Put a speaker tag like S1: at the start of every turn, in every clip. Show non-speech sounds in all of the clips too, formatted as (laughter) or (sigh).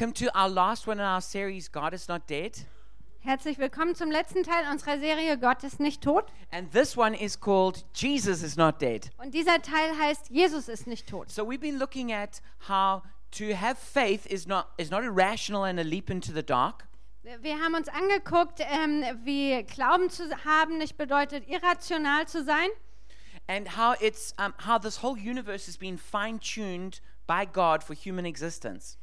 S1: Welcome to our last one in our series, God is Not Dead.
S2: Herzlich willkommen zum letzten Teil unserer Serie Gott ist nicht tot.
S1: And this one is called Jesus is Not Dead.
S2: Und dieser Teil heißt Jesus ist nicht tot.
S1: So we've been looking at how to have faith is not, is not irrational and a leap into the dark.
S2: Wir haben uns angeguckt, ähm, wie Glauben zu haben nicht bedeutet, irrational zu sein
S1: And how it's um, how this whole universe has been fine-tuned by God for human existence.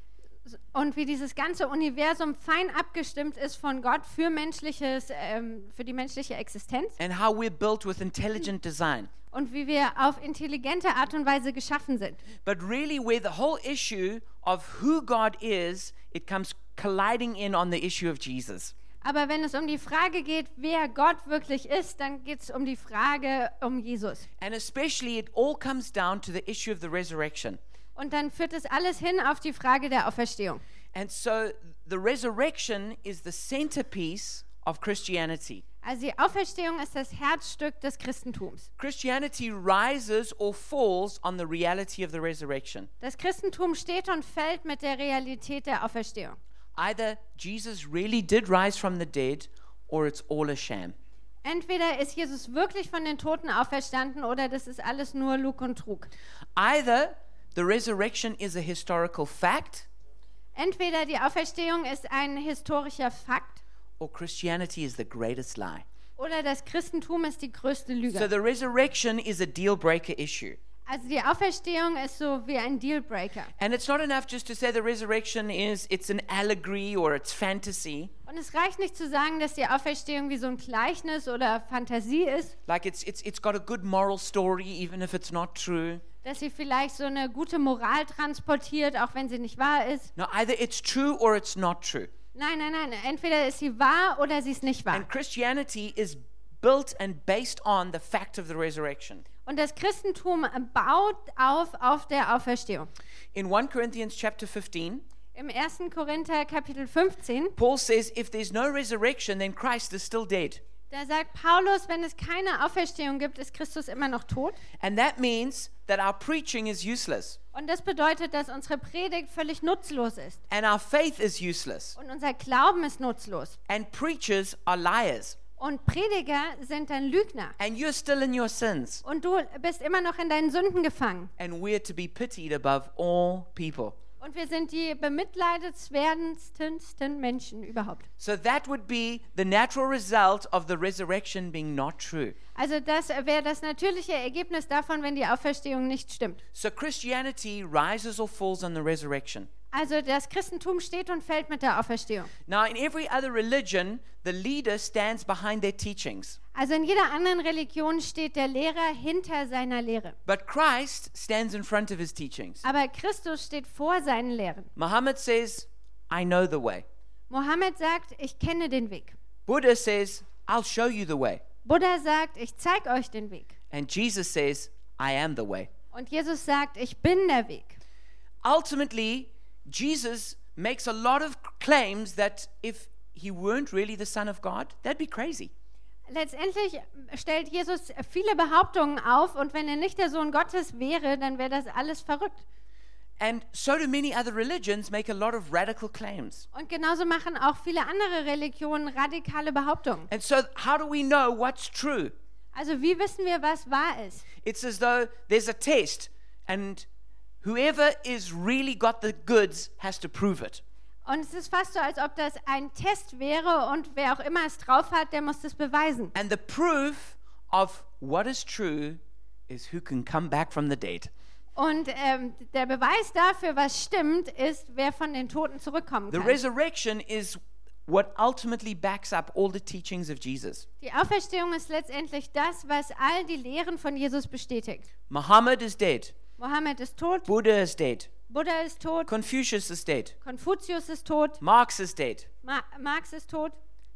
S2: und wie dieses ganze Universum fein abgestimmt ist von Gott für, menschliches, ähm, für die menschliche Existenz
S1: And how we're built with intelligent design.
S2: und wie wir auf intelligente Art und Weise geschaffen sind.
S1: But really where the whole issue of who God is, it comes colliding in on the issue of Jesus.
S2: Aber wenn es um die Frage geht, wer Gott wirklich ist, dann geht es um die Frage um Jesus.
S1: And especially, it all comes down to the issue of the resurrection.
S2: Und dann führt es alles hin auf die Frage der Auferstehung.
S1: And so, the resurrection is the centerpiece of Christianity.
S2: Also die Auferstehung ist das Herzstück des Christentums.
S1: Christianity rises or falls on the reality of the resurrection.
S2: Das Christentum steht und fällt mit der Realität der Auferstehung.
S1: Either Jesus really did rise from the dead, or it's all a sham.
S2: Entweder ist Jesus wirklich von den Toten auferstanden oder das ist alles nur Lug und Trug.
S1: Either the resurrection is a historical fact,
S2: Entweder die Auferstehung ist ein historischer Fakt
S1: or Christianity is the greatest lie.
S2: oder das Christentum ist die größte
S1: So,
S2: Lüge.
S1: the resurrection is a deal breaker issue.
S2: Also die Auferstehung ist so wie ein Dealbreaker.
S1: And it's not enough just to say the resurrection is it's an allegory or it's fantasy.
S2: Und es reicht nicht zu sagen, dass die Auferstehung wie so ein Gleichnis oder Fantasie ist,
S1: Like it's it's it's got a good moral story even if it's not true.
S2: dass sie vielleicht so eine gute Moral transportiert, auch wenn sie nicht wahr ist.
S1: No, either it's true or it's not true.
S2: Nein, nein, nein. Entweder ist sie wahr oder sie ist nicht wahr.
S1: And Christianity is built and based on the fact of the resurrection.
S2: Und das Christentum baut auf auf der Auferstehung.
S1: In 1 Corinthians chapter 15,
S2: Im 1. Korinther Kapitel 15,
S1: Paul says if there's no resurrection then Christ is still dead.
S2: da sagt Paulus, wenn es keine Auferstehung gibt, ist Christus immer noch tot.
S1: And that means that our preaching is useless
S2: Und das bedeutet, dass unsere Predigt völlig nutzlos ist.
S1: and our faith is useless
S2: Und unser Glauben ist nutzlos.
S1: and preachers are liars
S2: Und Prediger sind dann Lügner.
S1: and you're still in your sins.
S2: Und du bist immer noch in deinen Sünden gefangen.
S1: and we're to be pitied above all people.
S2: Und wir sind die bemitleidenswerdendsten Menschen überhaupt.
S1: So that would be the natural result of the resurrection being not true.
S2: Also das wäre das natürliche Ergebnis davon, wenn die Auferstehung nicht stimmt.
S1: So Christianity rises or falls on the resurrection.
S2: Also das Christentum steht und fällt mit der Auferstehung.
S1: Now, in every other religion, the leader stands behind their teachings,
S2: Also in jeder anderen Religion steht der Lehrer hinter seiner Lehre.
S1: but Christ stands in front of his teachings.
S2: Aber Christus steht vor seinen Lehren.
S1: Muhammad says, I know the way.
S2: Mohammed sagt, ich kenne den Weg.
S1: Buddha says, I'll show you the way.
S2: Buddha sagt, ich zeige euch den Weg.
S1: And Jesus says, I am the way.
S2: Und Jesus sagt, ich bin der Weg.
S1: ultimately, Jesus makes a lot of claims that if he weren't really the Son of God, that'd be crazy.
S2: Letztendlich stellt Jesus viele Behauptungen auf und wenn er nicht der Sohn Gottes wäre, dann wäre das alles verrückt.
S1: And so do many other religions make a lot of radical claims.
S2: Und genauso machen auch viele andere Religionen radikale Behauptungen.
S1: And so, how do we know what's true?
S2: Also wie wissen wir, was wahr ist?
S1: It's as though there's a test, and whoever is really got the goods has to prove it.
S2: Und es ist fast so, als ob das ein Test wäre und wer auch immer es drauf hat, der muss das beweisen.
S1: And the proof of what is true is who can come back from the dead.
S2: Und ähm, der Beweis dafür, was stimmt, ist, wer von den Toten zurückkommen
S1: The
S2: kann.
S1: resurrection is what ultimately backs up all the teachings of Jesus.
S2: Die Auferstehung ist letztendlich das, was all die Lehren von Jesus bestätigt.
S1: Muhammad is dead.
S2: Mohammed ist tot,
S1: Buddha is dead.
S2: Buddha ist tot,
S1: Confucius is dead.
S2: Konfuzius ist tot,
S1: Marx is dead.
S2: Ma Marx ist tot,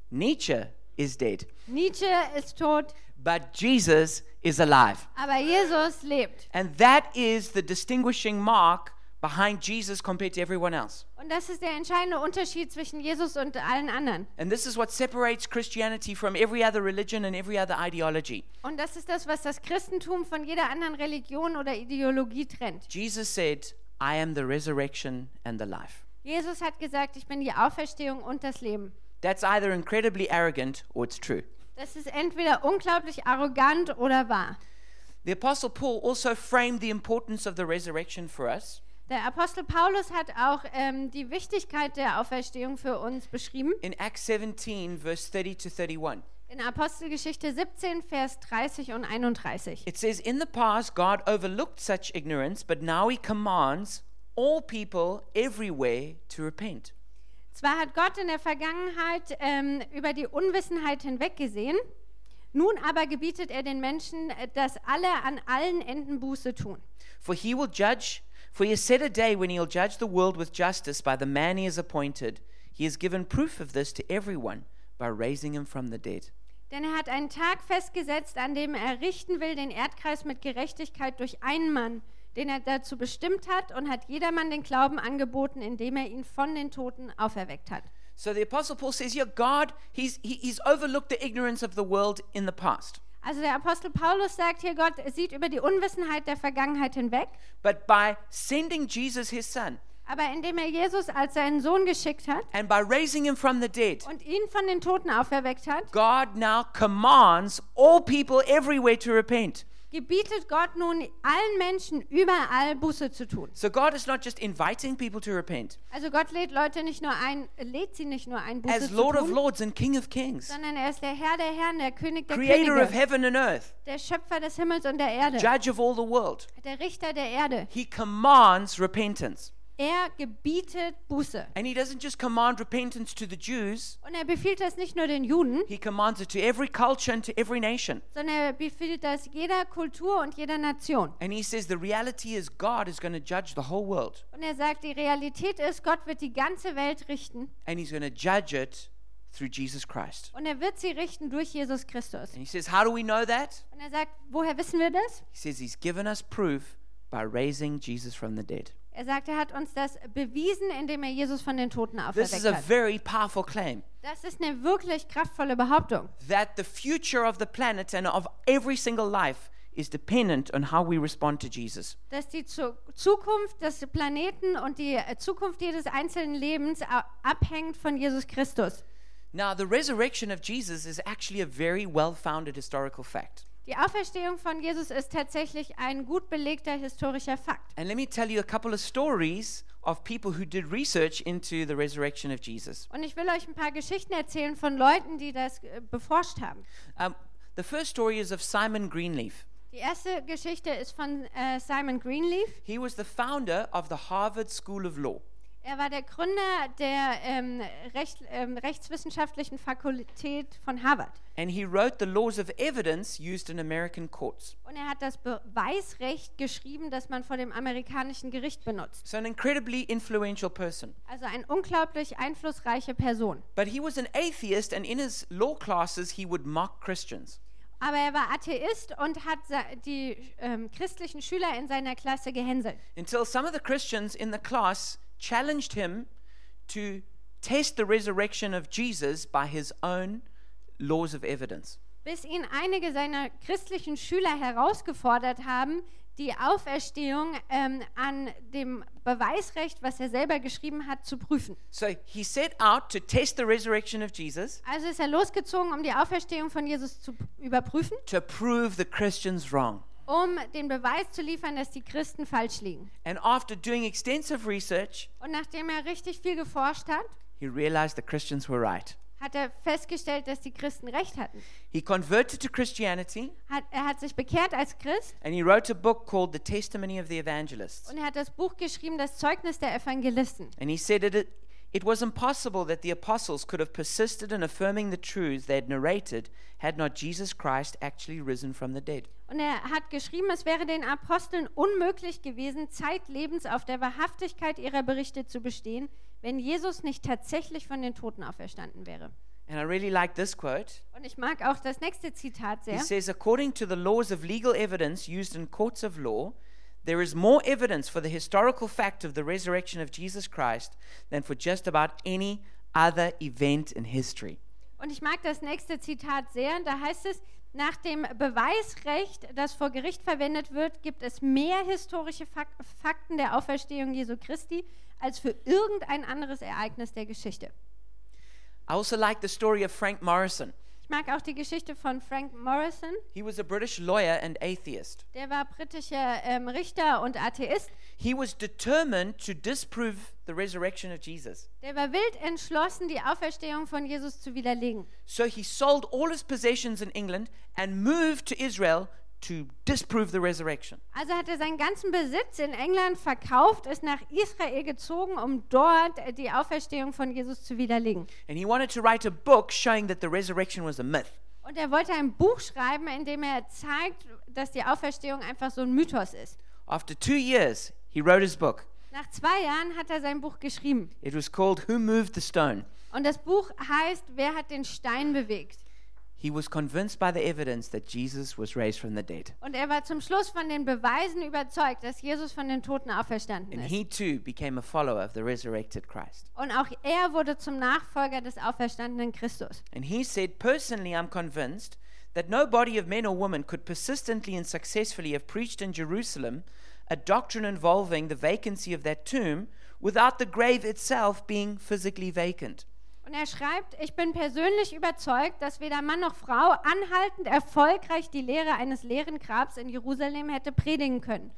S1: Nietzsche is dead.
S2: Nietzsche ist tot,
S1: But Jesus is alive.
S2: aber Jesus lebt.
S1: And that is the distinguishing mark behind Jesus compared to everyone else.
S2: Und das ist der entscheidende Unterschied zwischen Jesus und allen anderen.
S1: And this is what separates Christianity from every other religion and every other ideology.
S2: Und das ist das, was das Christentum von jeder anderen Religion oder Ideologie trennt.
S1: Jesus said, I am the resurrection and the life.
S2: Jesus hat gesagt, ich bin die Auferstehung und das Leben.
S1: That's either incredibly arrogant or it's true.
S2: Das ist entweder unglaublich arrogant oder wahr.
S1: The Apostle Paul also framed the importance of the resurrection for us
S2: Der Apostel Paulus hat auch ähm, die Wichtigkeit der Auferstehung für uns beschrieben.
S1: in Acts 17, verse 30 to 31.
S2: In Apostelgeschichte 17, Vers 30 und 31.
S1: It says, In the past, God overlooked such ignorance, but now he commands all people everywhere to repent.
S2: Zwar hat Gott in der Vergangenheit ähm, über die Unwissenheit hinweggesehen, nun aber gebietet er den Menschen, äh, dass alle an allen Enden Buße tun.
S1: For he will judge, for he has set a day when he'll judge the world with justice by the man he has appointed. He has given proof of this to everyone by raising him from the dead.
S2: Denn er hat einen Tag festgesetzt, an dem er richten will den Erdkreis mit Gerechtigkeit durch einen Mann, den er dazu bestimmt hat, und hat jedermann den Glauben angeboten, indem er ihn von den Toten auferweckt hat.
S1: So the Apostle Paul says here, God, he's, he, he's overlooked the ignorance of the world in the past.
S2: Also der Apostel Paulus sagt hier, Gott sieht über die Unwissenheit der Vergangenheit hinweg,
S1: But by sending Jesus, his son,
S2: aber indem er Jesus als seinen Sohn geschickt hat
S1: and by raising him from the dead,
S2: und ihn von den Toten auferweckt hat,
S1: God now commands all people everywhere to repent.
S2: gebietet Gott nun allen Menschen überall Buße zu tun.
S1: So God is not just inviting people to repent
S2: Also Gott lädt Leute nicht nur ein, lädt sie nicht nur ein, Buße
S1: as
S2: zu
S1: Lord of
S2: tun,
S1: Lords and King of Kings,
S2: sondern er ist der Herr der Herren, der König der
S1: creator of
S2: Könige,
S1: heaven and earth,
S2: der Schöpfer des Himmels und der Erde,
S1: judge of all the world.
S2: der Richter der Erde.
S1: He commands repentance.
S2: Er gebietet Buße.
S1: And he doesn't just command repentance to the Jews,
S2: Und er befiehlt das nicht nur den Juden,
S1: he commands it to every culture and to every nation.
S2: sondern er befiehlt das jeder Kultur und jeder Nation.
S1: And he says the reality is God is going to judge the whole world,
S2: Und er sagt, die Realität ist, Gott wird die ganze Welt richten
S1: and he's going to judge it through Jesus Christ.
S2: und er wird sie richten durch Jesus Christus.
S1: And he says, How do we know that?
S2: Und er sagt, woher wissen wir das?
S1: He says he's given us proof by raising Jesus from the dead.
S2: Er sagt, er hat uns das bewiesen, indem er Jesus von den Toten
S1: This
S2: auferweckt
S1: is a
S2: hat.
S1: very powerful claim.
S2: Das ist eine wirklich kraftvolle Behauptung,
S1: that the future of the planet and of every single life is dependent on how we respond to Jesus.
S2: dass die Zu Zukunft des Planeten und die äh, Zukunft jedes einzelnen Lebens a- abhängt von Jesus Christus.
S1: Now, the resurrection of Jesus is actually a very well founded historical fact.
S2: Die Auferstehung von Jesus ist tatsächlich ein gut belegter historischer Fakt.
S1: And let me tell you a couple of stories of people who did research into the resurrection of Jesus.
S2: Und ich will euch ein paar Geschichten erzählen von Leuten, die das äh, beforscht haben.
S1: Um, the first story is of Simon Greenleaf.
S2: Die erste Geschichte ist von äh, Simon Greenleaf.
S1: He was the founder of the Harvard School of Law.
S2: Er war der Gründer der ähm, Recht, ähm, rechtswissenschaftlichen Fakultät von Harvard.
S1: And he wrote the laws of evidence used in American courts.
S2: Und er hat das Beweisrecht geschrieben, das man vor dem amerikanischen Gericht benutzt.
S1: So, an incredibly influential person.
S2: Also eine unglaublich einflussreiche Person.
S1: But he was an atheist, and in his law classes, he would mock Christians.
S2: Aber er war Atheist und hat sa- die ähm, christlichen Schüler in seiner Klasse gehänselt.
S1: Until some of the Christians in the class challenged him to test the resurrection of Jesus by his own laws of evidence.
S2: Bis ihn einige seiner christlichen Schüler herausgefordert haben, die Auferstehung ähm, an dem Beweisrecht, was er selber geschrieben hat, zu prüfen.
S1: So he set out to test the resurrection of Jesus
S2: Also ist er losgezogen, um die Auferstehung von Jesus zu p- überprüfen,
S1: to prove the Christians wrong.
S2: um den Beweis zu liefern, dass die Christen falsch liegen.
S1: And after doing extensive research,
S2: Und nachdem er richtig viel geforscht hat,
S1: he realized the Christians were right.
S2: hat er festgestellt, dass die Christen recht hatten.
S1: He converted to Christianity
S2: Hat, er hat sich bekehrt als Christ
S1: and he wrote a book called The Testimony of the Evangelists.
S2: und er hat das Buch geschrieben, das Zeugnis der Evangelisten.
S1: And he said it, it was impossible that the apostles could have persisted in affirming the truths they had narrated had not Jesus Christ actually risen from the dead.
S2: Und er hat geschrieben, es wäre den Aposteln unmöglich gewesen, zeitlebens auf der Wahrhaftigkeit ihrer Berichte zu bestehen, wenn Jesus nicht tatsächlich von den Toten auferstanden wäre.
S1: And I really like this quote.
S2: Und ich mag auch das nächste Zitat
S1: He
S2: sehr.
S1: says, according to the laws of legal evidence used in courts of law, there is more evidence for the historical fact of the resurrection of Jesus Christ than for just about any other event in history.
S2: Und ich mag das nächste Zitat sehr. Da heißt es, nach dem Beweisrecht, das vor Gericht verwendet wird, gibt es mehr historische Fak Fakten der Auferstehung Jesu Christi als für irgendein anderes Ereignis der Geschichte.
S1: I also like the story of Frank Morrison.
S2: Ich mag auch die Geschichte von Frank Morrison.
S1: He was a British lawyer and atheist.
S2: Der war britischer ähm, Richter und Atheist.
S1: He was determined to disprove the resurrection of Jesus.
S2: Der war wild entschlossen, die Auferstehung von Jesus zu widerlegen.
S1: So he sold all his possessions in England and moved to Israel to disprove the resurrection.
S2: Also hat er seinen ganzen Besitz in England verkauft, ist nach Israel gezogen, um dort äh, die Auferstehung von Jesus zu widerlegen.
S1: And he wanted to write a book showing that the resurrection was a myth.
S2: Und er wollte ein Buch schreiben, in dem er zeigt, dass die Auferstehung einfach so ein Mythos ist.
S1: After two years, he wrote his book.
S2: Nach zwei Jahren hat er sein Buch geschrieben.
S1: It was called Who Moved the Stone?
S2: Und das Buch heißt, wer hat den Stein bewegt?
S1: He was convinced by the evidence that Jesus was raised from the dead.
S2: Und er war zum Schluss von den Beweisen überzeugt, dass Jesus von den Toten auferstanden
S1: And
S2: ist.
S1: he too became a follower of the resurrected Christ.
S2: Und auch er wurde zum Nachfolger des auferstandenen Christus.
S1: And he said, Personally, I'm convinced that no body of men or women could persistently and successfully have preached in Jerusalem a doctrine involving the vacancy of that tomb without the grave itself being physically vacant.
S2: Und er schreibt, ich bin persönlich überzeugt, dass weder Mann noch Frau anhaltend erfolgreich die Lehre eines leeren Grabs in Jerusalem hätte predigen können,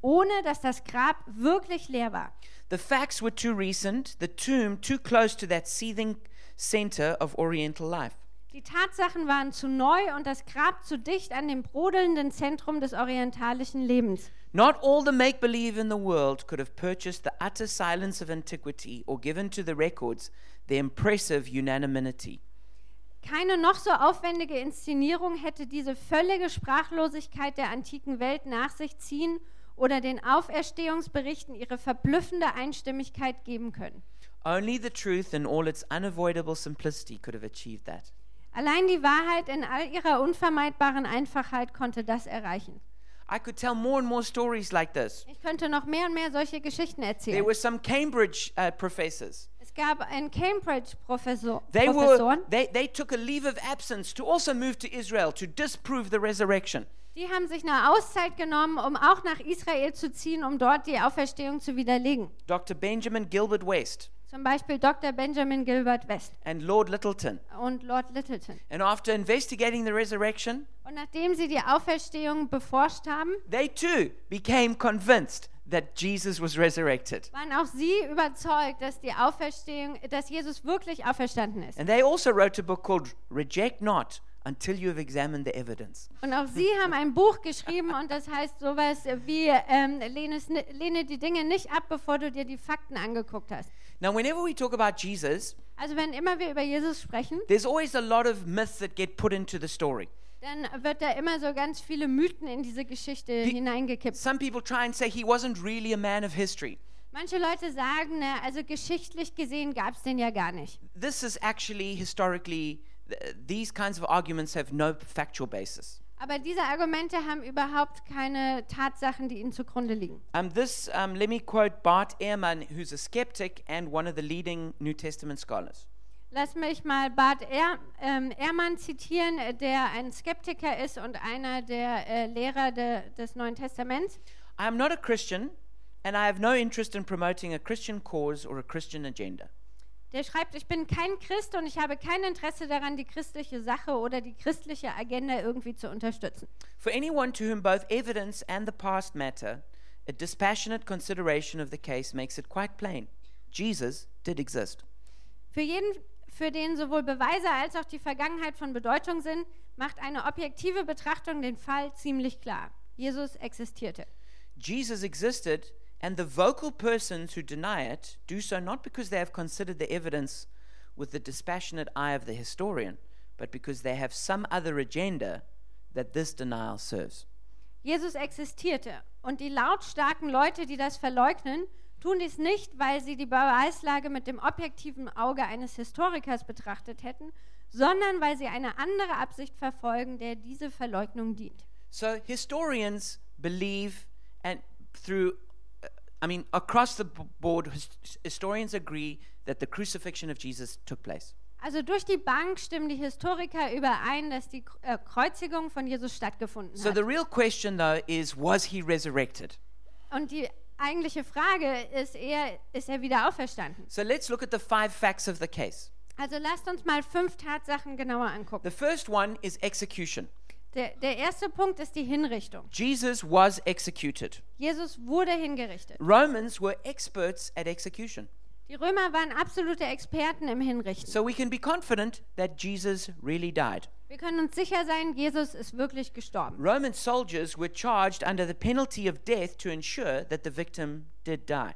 S2: ohne dass das Grab wirklich leer war.
S1: The facts were too recent, the tomb too close to that seething center of Oriental life.
S2: Die Tatsachen waren zu neu und das Grab zu dicht an dem brodelnden Zentrum des orientalischen Lebens.
S1: Not all the make believe in the world could have purchased the utter silence of antiquity or given to the records their impressive unanimity.
S2: Keine noch so aufwendige Inszenierung hätte diese völlige Sprachlosigkeit der antiken Welt nach sich ziehen oder den Auferstehungsberichten ihre verblüffende Einstimmigkeit geben können.
S1: Only the truth in all its unavoidable simplicity could have achieved that.
S2: Allein die Wahrheit in all ihrer unvermeidbaren Einfachheit konnte das erreichen.
S1: I could tell more and more stories like this.
S2: Ich könnte noch mehr und mehr solche Geschichten
S1: There
S2: erzählen.
S1: were some Cambridge uh, professors.
S2: Es gab einen Cambridge-Professor,
S1: They, were,
S2: Professoren,
S1: they, they took a leave of absence to also move to Israel to disprove the resurrection.
S2: die haben sich eine Auszeit genommen, um auch nach Israel zu ziehen, um dort die Auferstehung zu widerlegen.
S1: Dr. Benjamin Gilbert West
S2: Zum Beispiel Dr. Benjamin Gilbert West
S1: and Lord Littleton.
S2: und Lord Littleton.
S1: And after investigating the resurrection,
S2: Und nachdem sie die Auferstehung beforscht haben,
S1: they too became convinced that Jesus was resurrected.
S2: waren auch sie überzeugt, dass die Auferstehung, dass Jesus wirklich auferstanden ist.
S1: And they also wrote a book called Reject Not Until You Have Examined the Evidence.
S2: Und auch sie haben ein Buch geschrieben und das heißt sowas wie ähm, lehne, es, ni- lehne die Dinge nicht ab, bevor du dir die Fakten angeguckt hast.
S1: Now, whenever we talk about Jesus,
S2: Also wenn immer wir über Jesus sprechen,
S1: there's always a lot of myths that get put into the story.
S2: dann wird da immer so ganz viele Mythen in diese Geschichte
S1: Die-
S2: hineingekippt.
S1: Some people try and say he wasn't really a man of history.
S2: Manche Leute sagen, ne, also geschichtlich gesehen gab es den ja gar nicht.
S1: This is actually historically, th- these kinds of arguments have no factual basis.
S2: Aber diese Argumente haben überhaupt keine Tatsachen, die ihnen zugrunde liegen.
S1: Um, this, um, let me quote Bart Ehrman, who's a skeptic and one of the leading New Testament scholars.
S2: Lass mich mal Bart er ähm, Ehrmann zitieren, äh, der ein Skeptiker ist und einer der äh, Lehrer de des Neuen Testaments.
S1: I am not a Christian, and I have no interest in promoting a Christian cause or a Christian agenda.
S2: Der schreibt, ich bin kein Christ und ich habe kein Interesse daran, die christliche Sache oder die christliche Agenda irgendwie zu unterstützen.
S1: For anyone to whom both evidence and the past matter, a dispassionate consideration of the case makes it quite plain Jesus did exist.
S2: Für jeden, für den sowohl Beweise als auch die Vergangenheit von Bedeutung sind, macht eine objektive Betrachtung den Fall ziemlich klar. Jesus existierte.
S1: Jesus existed, and the vocal persons who deny it do so not because they have considered the evidence with the dispassionate eye of the historian, but because they have some other agenda that this denial serves.
S2: Jesus existierte. Und die lautstarken Leute, die das verleugnen, tun dies nicht, weil sie die Beweislage mit dem objektiven Auge eines Historikers betrachtet hätten, sondern weil sie eine andere Absicht verfolgen, der diese Verleugnung dient.
S1: So historians believe, and through, uh, I mean, across the b- board, his- historians agree that the crucifixion of Jesus took place.
S2: Also durch die Bank stimmen die Historiker überein, dass die K- äh, Kreuzigung von Jesus stattgefunden
S1: So
S2: hat.
S1: the real question, though, is was he resurrected?
S2: Und die eigentliche Frage ist eher, ist er wieder auferstanden?
S1: So let's look at the five facts of the case.
S2: Also lasst uns mal fünf Tatsachen genauer
S1: The
S2: angucken.
S1: first one is execution.
S2: Der, der erste Punkt ist die Hinrichtung.
S1: Jesus was executed.
S2: Jesus wurde hingerichtet.
S1: Romans were experts at execution.
S2: Die Römer waren absolute Experten im Hinrichten.
S1: So we can be confident that Jesus really died.
S2: Wir können uns sicher sein, Jesus ist wirklich gestorben.
S1: Roman soldiers were charged under the penalty of death to ensure that the victim did die.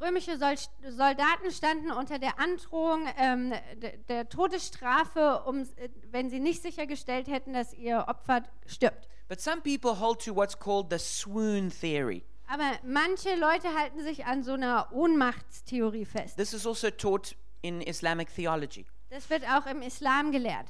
S2: Römische Sol Soldaten standen unter der Androhung ähm, d- der Todesstrafe, um, äh, wenn sie nicht sichergestellt hätten, dass ihr Opfer stirbt.
S1: But some people hold to what's called the swoon theory.
S2: Aber manche Leute halten sich an so einer Ohnmachtstheorie fest.
S1: This is also taught in Islamic theology.
S2: Das wird auch im Islam gelehrt.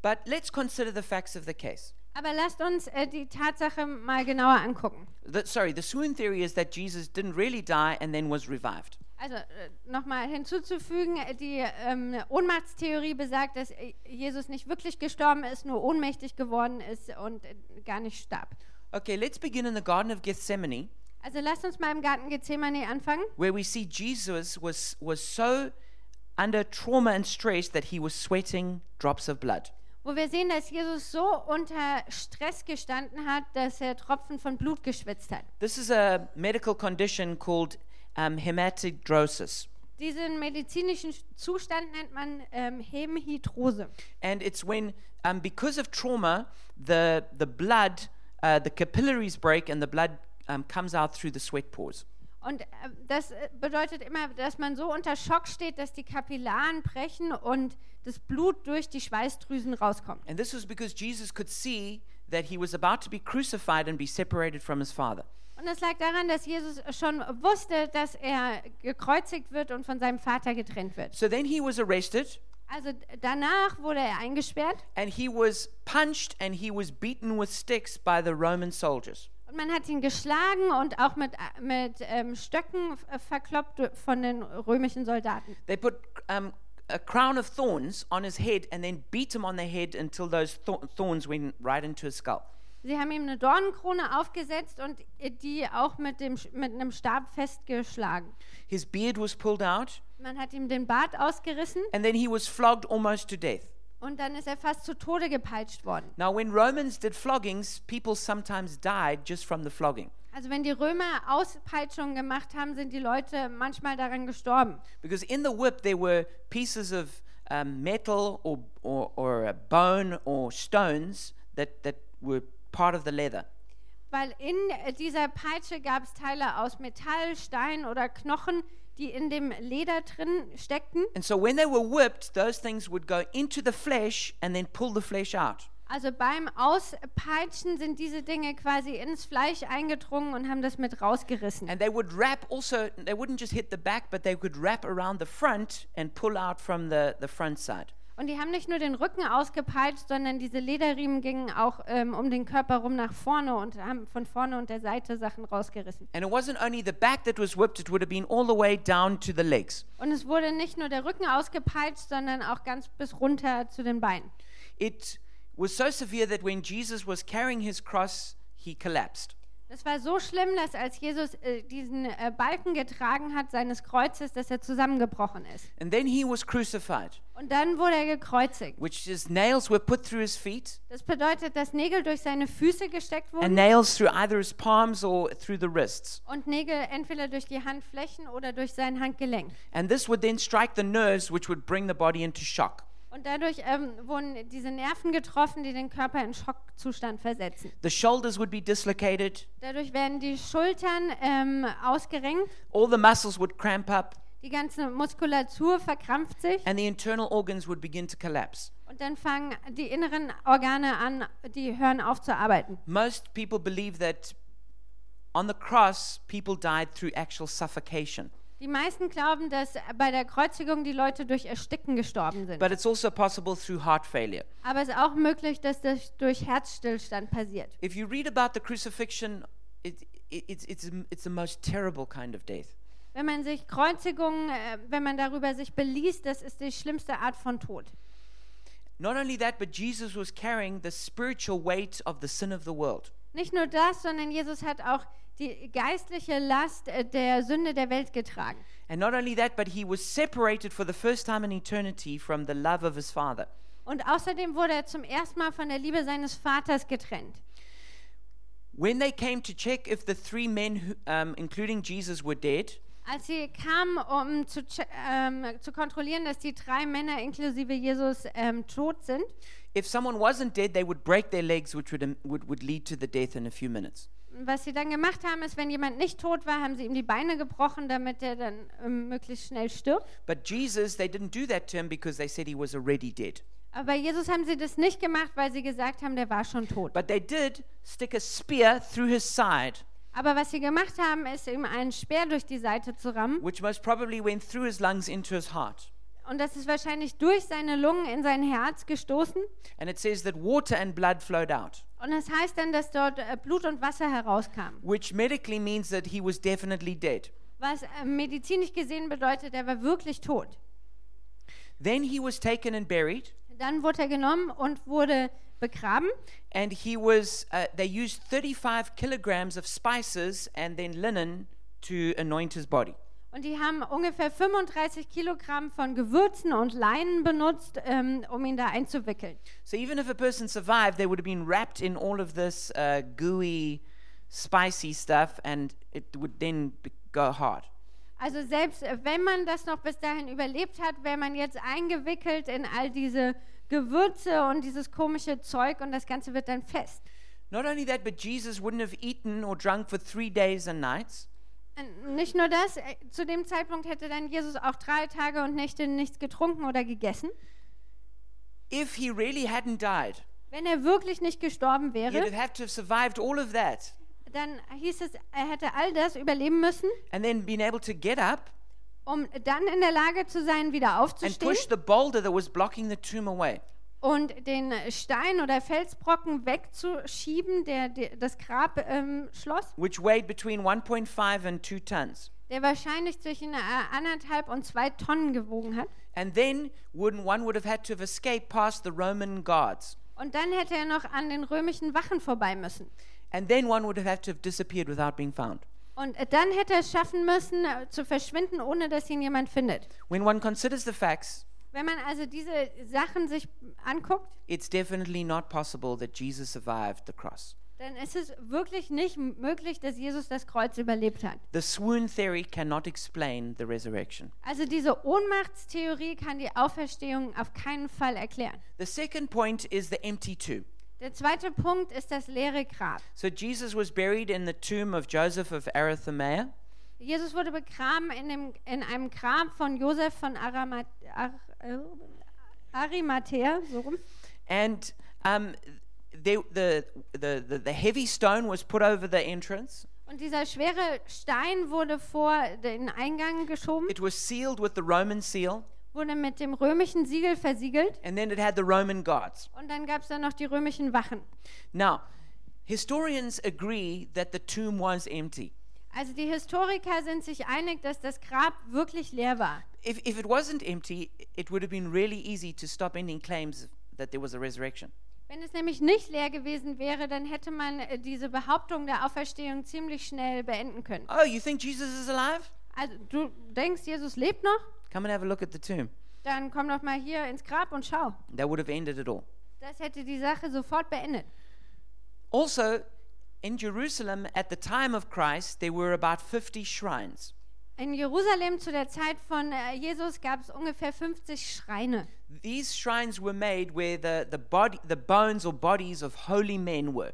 S1: But let's consider the facts of the case.
S2: Aber lasst uns äh, die Tatsache mal genauer angucken.
S1: The, sorry, the swoon theory is that Jesus didn't really die and then was revived.
S2: Also nochmal hinzuzufügen, äh, die ähm, Ohnmachtstheorie besagt, dass äh, Jesus nicht wirklich gestorben ist, nur ohnmächtig geworden ist und äh, gar nicht starb.
S1: Okay, let's begin in the Garden of Gethsemane,
S2: Also lasst uns mal im Garten Gethsemane anfangen,
S1: where we see Jesus was, was so under trauma and stress that he was sweating drops of blood.
S2: wo wir sehen, dass Jesus so unter Stress gestanden hat, dass er Tropfen von Blut geschwitzt hat.
S1: This is a medical condition called um, hematidrosis,
S2: Diesen medizinischen Zustand nennt man ähm, Hämhidrose.
S1: and it's when, um, because of trauma, the the blood, uh, the capillaries break, and the blood um, comes out through the sweat pores.
S2: Und äh, das äh, bedeutet immer, dass man so unter Schock steht, dass die Kapillaren brechen und das Blut durch die Schweißdrüsen rauskommt.
S1: And this was because Jesus could see that he was about to be crucified and be separated from his Father.
S2: Und das lag daran, dass Jesus schon wusste, dass er gekreuzigt wird und von seinem Vater getrennt wird.
S1: So then he was arrested,
S2: Also d- danach wurde er eingesperrt
S1: and he was punched, and he was beaten with sticks by the Roman soldiers.
S2: und man hat ihn geschlagen und auch mit, äh, mit ähm, Stöcken äh, verkloppt du- von den römischen Soldaten.
S1: They put um, a crown of thorns on his head and then beat him on the head until those thor- thorns went right into his skull.
S2: Sie haben ihm eine Dornenkrone aufgesetzt und äh, die auch mit, dem, Sch- mit einem Stab festgeschlagen.
S1: His beard was pulled out,
S2: Man hat ihm den Bart ausgerissen
S1: and then he was flogged almost to death.
S2: und dann ist er fast zu Tode gepeitscht worden.
S1: Now, when Romans did floggings, people sometimes died just from the flogging
S2: Also wenn die Römer Auspeitschungen gemacht haben, sind die Leute manchmal daran gestorben.
S1: because in the whip there were pieces of um, metal or, or, or a bone or stones that, that were part of the leather.
S2: Weil in äh, dieser Peitsche gab es Teile aus Metall, Stein oder Knochen, die in dem Leder drin steckten.
S1: And so, when they were whipped, those things would go into the flesh and then pull the flesh out.
S2: Also beim Auspeitschen sind diese Dinge quasi ins Fleisch eingedrungen und haben das mit rausgerissen.
S1: And they would wrap also, they wouldn't just hit the back, but they could wrap around the front and pull out from the, the front side.
S2: Und die haben nicht nur den Rücken ausgepeitscht, sondern diese Lederriemen gingen auch ähm, um den Körper rum nach vorne und haben von vorne und der Seite Sachen rausgerissen.
S1: And it wasn't only the back that was whipped, it would have been all the way down to the legs.
S2: Und es wurde nicht nur der Rücken ausgepeitscht, sondern auch ganz bis runter zu den Beinen.
S1: It was so severe that when Jesus was carrying his cross, he collapsed.
S2: Es war so schlimm, dass als Jesus äh, diesen äh, Balken getragen hat seines Kreuzes, dass er zusammengebrochen ist.
S1: And then he was crucified,
S2: Und dann wurde er gekreuzigt.
S1: which is nails were put through his feet
S2: Das bedeutet, dass Nägel durch seine Füße gesteckt
S1: and
S2: wurden
S1: nails through either his palms or through the wrists.
S2: und Nägel entweder durch die Handflächen oder durch sein Handgelenk.
S1: And this would then strike the nerves, which would bring the body into shock.
S2: Und dadurch ähm, wurden diese Nerven getroffen, die den Körper in Schockzustand versetzen.
S1: The shoulders would be dislocated,
S2: Dadurch werden die Schultern ähm, ausgerenkt,
S1: all the muscles would cramp up,
S2: die ganze Muskulatur verkrampft sich
S1: and the internal organs would begin to collapse.
S2: und dann fangen die inneren Organe an, die hören auf zu arbeiten.
S1: Most people believe that on the cross, people died through actual suffocation.
S2: Die meisten glauben, dass bei der Kreuzigung die Leute durch Ersticken gestorben sind.
S1: But it's also possible through heart failure.
S2: Aber es ist auch möglich, dass das durch Herzstillstand passiert.
S1: If you read about the crucifixion, it, it, it's, it's, it's the most terrible kind of death.
S2: Wenn man sich Kreuzigungen, äh, wenn man darüber sich beliest, das ist die schlimmste Art von Tod.
S1: Not only that, but Jesus was carrying the spiritual weight of the sin of the world.
S2: Nicht nur das, sondern Jesus hat auch die geistliche Last äh, der Sünde der Welt getragen.
S1: And not only that, but he was separated for the first time in eternity from the love of his Father.
S2: Und außerdem wurde er zum ersten Mal von der Liebe seines Vaters getrennt.
S1: When they came to check if the three men, who, um, including Jesus, were dead,
S2: Als sie kamen, um zu, che- ähm, zu kontrollieren, dass die drei Männer inklusive Jesus ähm, tot sind,
S1: if someone wasn't dead, they would break their legs, which would, um, would, would lead to the death in a few minutes.
S2: was sie dann gemacht haben, ist, wenn jemand nicht tot war, haben sie ihm die Beine gebrochen, damit er dann ähm, möglichst schnell stirbt.
S1: But Jesus, they didn't do that to him because they said he was already dead.
S2: Aber bei Jesus haben sie das nicht gemacht, weil sie gesagt haben, der war schon tot.
S1: But they did stick a spear through his side,
S2: Aber was sie gemacht haben, ist, ihm einen Speer durch die Seite zu rammen.
S1: which most probably went through his lungs into his heart.
S2: Und das ist wahrscheinlich durch seine Lungen in sein Herz gestoßen.
S1: And it says that water and blood flowed out,
S2: Und das heißt dann, dass dort äh, Blut und Wasser herauskamen.
S1: which medically means that he was definitely dead.
S2: Was äh, medizinisch gesehen bedeutet, er war wirklich tot.
S1: Then he was taken and buried,
S2: Dann wurde er genommen und wurde begraben.
S1: and he was. Uh, they used 35 kilograms of spices and then linen to anoint his body.
S2: Und die haben ungefähr 35 Kilogramm von Gewürzen und Leinen benutzt, ähm, um ihn da einzuwickeln.
S1: So even if a person survived, they would have been wrapped in all of this uh, gooey, spicy stuff, and it would then be- go hard.
S2: Also selbst äh, wenn man das noch bis dahin überlebt hat, wäre man jetzt eingewickelt in all diese Gewürze und dieses komische Zeug und das Ganze wird dann fest.
S1: Not only that, but Jesus wouldn't have eaten or drunk for three days and nights.
S2: Äh, Nicht nur das, äh, zu dem Zeitpunkt hätte dann Jesus auch drei Tage und Nächte nichts getrunken oder gegessen.
S1: If he really hadn't died,
S2: Wenn er wirklich nicht gestorben
S1: he'd have
S2: wäre,
S1: had to have survived all of that
S2: dann hieß es, er hätte all das überleben müssen,
S1: and then been able to get up
S2: um dann in der Lage zu sein, wieder
S1: and
S2: aufzustehen
S1: push the boulder that was blocking the tomb away.
S2: und den Stein oder Felsbrocken wegzuschieben, der, der das Grab ähm, schloss,
S1: which weighed between 1.5 and 2 tons,
S2: der wahrscheinlich zwischen äh, anderthalb und zwei Tonnen gewogen hat.
S1: and then wouldn't, one would have had to have escaped past the Roman guards,
S2: Und dann hätte er noch an den römischen Wachen vorbei müssen.
S1: and then one would have had to have disappeared without being found.
S2: Und äh, dann hätte er es schaffen müssen, äh, zu verschwinden, ohne dass ihn jemand findet.
S1: When one considers the facts,
S2: Wenn man also diese Sachen sich anguckt,
S1: it's definitely not possible that Jesus survived the cross.
S2: dann ist es wirklich nicht m- möglich, dass Jesus das Kreuz überlebt hat.
S1: The swoon theory cannot explain the resurrection.
S2: Also diese Ohnmachtstheorie kann die Auferstehung auf keinen Fall erklären.
S1: The second point is the empty tomb.
S2: Der zweite Punkt ist das leere Grab.
S1: So Jesus was buried in the tomb of Joseph of Arimathea,
S2: Jesus wurde begraben in, dem, in einem Grab von Josef von Aramat, Ar, äh, Arimathea, so rum.
S1: and um, they, the, the, the, the heavy stone was put over the entrance.
S2: Und dieser schwere Stein wurde vor den Eingang geschoben,
S1: It was sealed with the Roman seal,
S2: wurde mit dem römischen Siegel versiegelt
S1: and then it had the Roman guards.
S2: und dann gab es dann noch die römischen Wachen.
S1: Now, historians agree that the tomb was empty.
S2: Also die Historiker sind sich einig, dass das Grab wirklich leer war.
S1: If, if it wasn't empty, it would have been really easy to stop any claims that there was a resurrection.
S2: Wenn es nämlich nicht leer gewesen wäre, dann hätte man äh, diese Behauptung der Auferstehung ziemlich schnell beenden können.
S1: Oh, you think Jesus is alive?
S2: Also du denkst, Jesus lebt noch?
S1: Come and have a look at the tomb.
S2: Dann komm doch mal hier ins Grab und schau.
S1: That would have ended it all.
S2: Das hätte die Sache sofort beendet.
S1: Also, in Jerusalem at the time of Christ, there were about 50 shrines.
S2: In Jerusalem zu der Zeit von äh, Jesus gab es ungefähr 50 Schreine.
S1: These shrines were made where the, the, body, the bones or bodies of holy men were.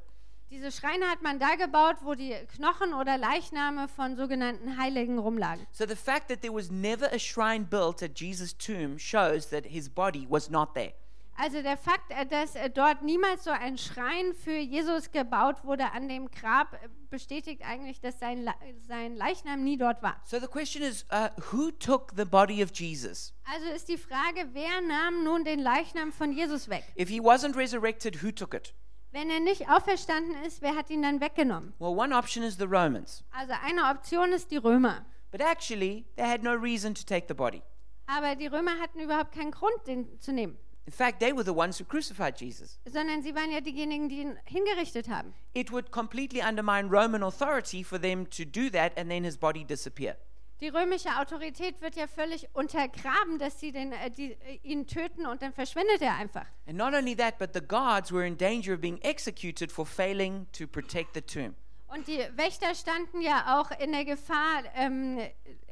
S2: Diese Schreine hat man da gebaut, wo die Knochen oder Leichname von sogenannten Heiligen rumlagen.
S1: So the fact that there was never a shrine built at Jesus' tomb shows that his body was not there.
S2: Also der Fakt, äh, dass äh, dort niemals so ein Schrein für Jesus gebaut wurde an dem Grab, äh, bestätigt eigentlich, dass sein, Le sein Leichnam nie dort war.
S1: So the question is, uh, who took the body of Jesus?
S2: Also ist die Frage, wer nahm nun den Leichnam von Jesus weg?
S1: If he wasn't resurrected, who took it?
S2: Wenn er nicht auferstanden ist, wer hat ihn dann weggenommen?
S1: Well, one option is the Romans.
S2: Also eine Option ist die Römer.
S1: But actually, they had no reason to take the body.
S2: Aber die Römer hatten überhaupt keinen Grund, den zu nehmen.
S1: In fact, they were the ones who crucified Jesus.
S2: sondern sie waren ja diejenigen, die ihn hingerichtet haben.
S1: It would completely undermine Roman authority for them to do that and then his body disappear.
S2: Die römische Autorität wird ja völlig untergraben, dass sie den, äh, die, äh, ihn töten und dann verschwindet er einfach.
S1: And not only that, but the guards were in danger of being executed for failing to protect the tomb.
S2: Und die Wächter standen ja auch in der Gefahr, ähm,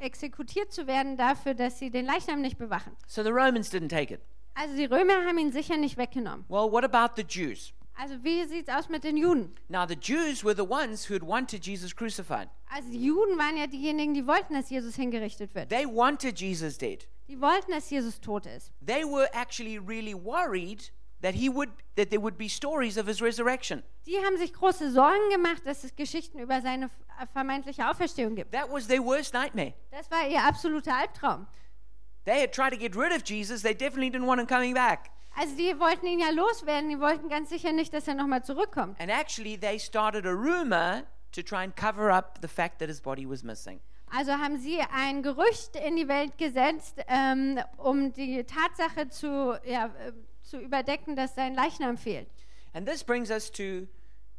S2: exekutiert zu werden dafür, dass sie den Leichnam nicht bewachen.
S1: So the Romans didn't take it.
S2: Also die Römer haben ihn sicher nicht weggenommen.
S1: Well, what about the Jews?
S2: Also wie sieht's aus mit den Juden?
S1: Now, the Jews were the ones who'd wanted Jesus crucified.
S2: Also die Juden waren ja diejenigen, die wollten, dass Jesus hingerichtet wird.
S1: They wanted Jesus dead.
S2: Die wollten, dass Jesus tot ist.
S1: They were actually really worried that he would that there would be stories of his resurrection.
S2: Die haben sich große Sorgen gemacht, dass es Geschichten über seine äh, vermeintliche Auferstehung gibt.
S1: That was their worst nightmare.
S2: Das war ihr absoluter Albtraum.
S1: They had tried to get rid of Jesus. They definitely didn't want him coming back.
S2: Also die wollten ihn ja loswerden, die wollten ganz sicher nicht, dass er nochmal zurückkommt.
S1: And actually, they started a rumor to try and cover up the fact that his body was missing.
S2: Also haben sie ein Gerücht in die Welt gesetzt, ähm, um die Tatsache zu, ja, äh, zu überdecken, dass sein Leichnam fehlt.
S1: And this brings us to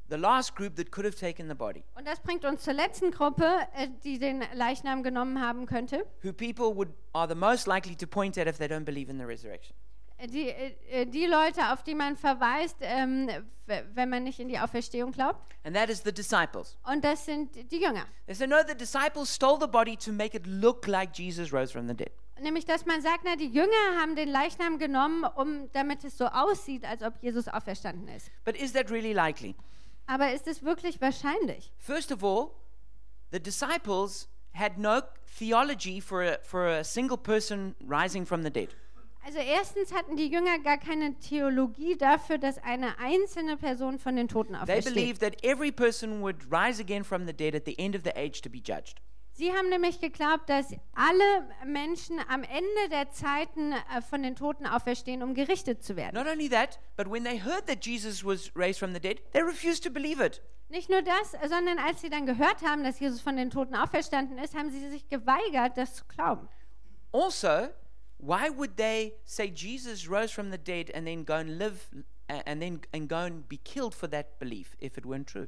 S1: the last group that could have taken the body,
S2: Und das bringt uns zur letzten Gruppe, äh, die den Leichnam genommen haben könnte,
S1: who people would are the most likely to point at if they don't believe in the resurrection.
S2: Äh, die, äh, die Leute, auf die man verweist, ähm, w- wenn man nicht in die Auferstehung glaubt.
S1: And that is the disciples.
S2: Und das sind die Jünger.
S1: They said, no, the disciples stole the body to make it look like Jesus rose from the dead.
S2: Nämlich, dass man sagt, na, die Jünger haben den Leichnam genommen, um, damit es so aussieht, als ob Jesus auferstanden ist.
S1: But is that really likely?
S2: Aber ist es wirklich wahrscheinlich?
S1: First of all, the disciples had no theology for a, for a single person rising from the dead.
S2: Also erstens hatten die Jünger gar keine Theologie dafür, dass eine einzelne Person von den Toten
S1: They
S2: aufersteht.
S1: believed that every person would rise again from the dead at the end of the age to be judged.
S2: Sie haben nämlich geglaubt, dass alle Menschen am Ende der Zeiten äh, von den Toten auferstehen, um gerichtet zu werden.
S1: Not only that, but when they heard that Jesus was raised from the dead, they refused to believe it.
S2: Nicht nur das, sondern als sie dann gehört haben, dass Jesus von den Toten auferstanden ist, haben sie sich geweigert, das zu glauben.
S1: Also, why would they say Jesus rose from the dead and then go and live a- and then and go and be killed for that belief if it weren't true?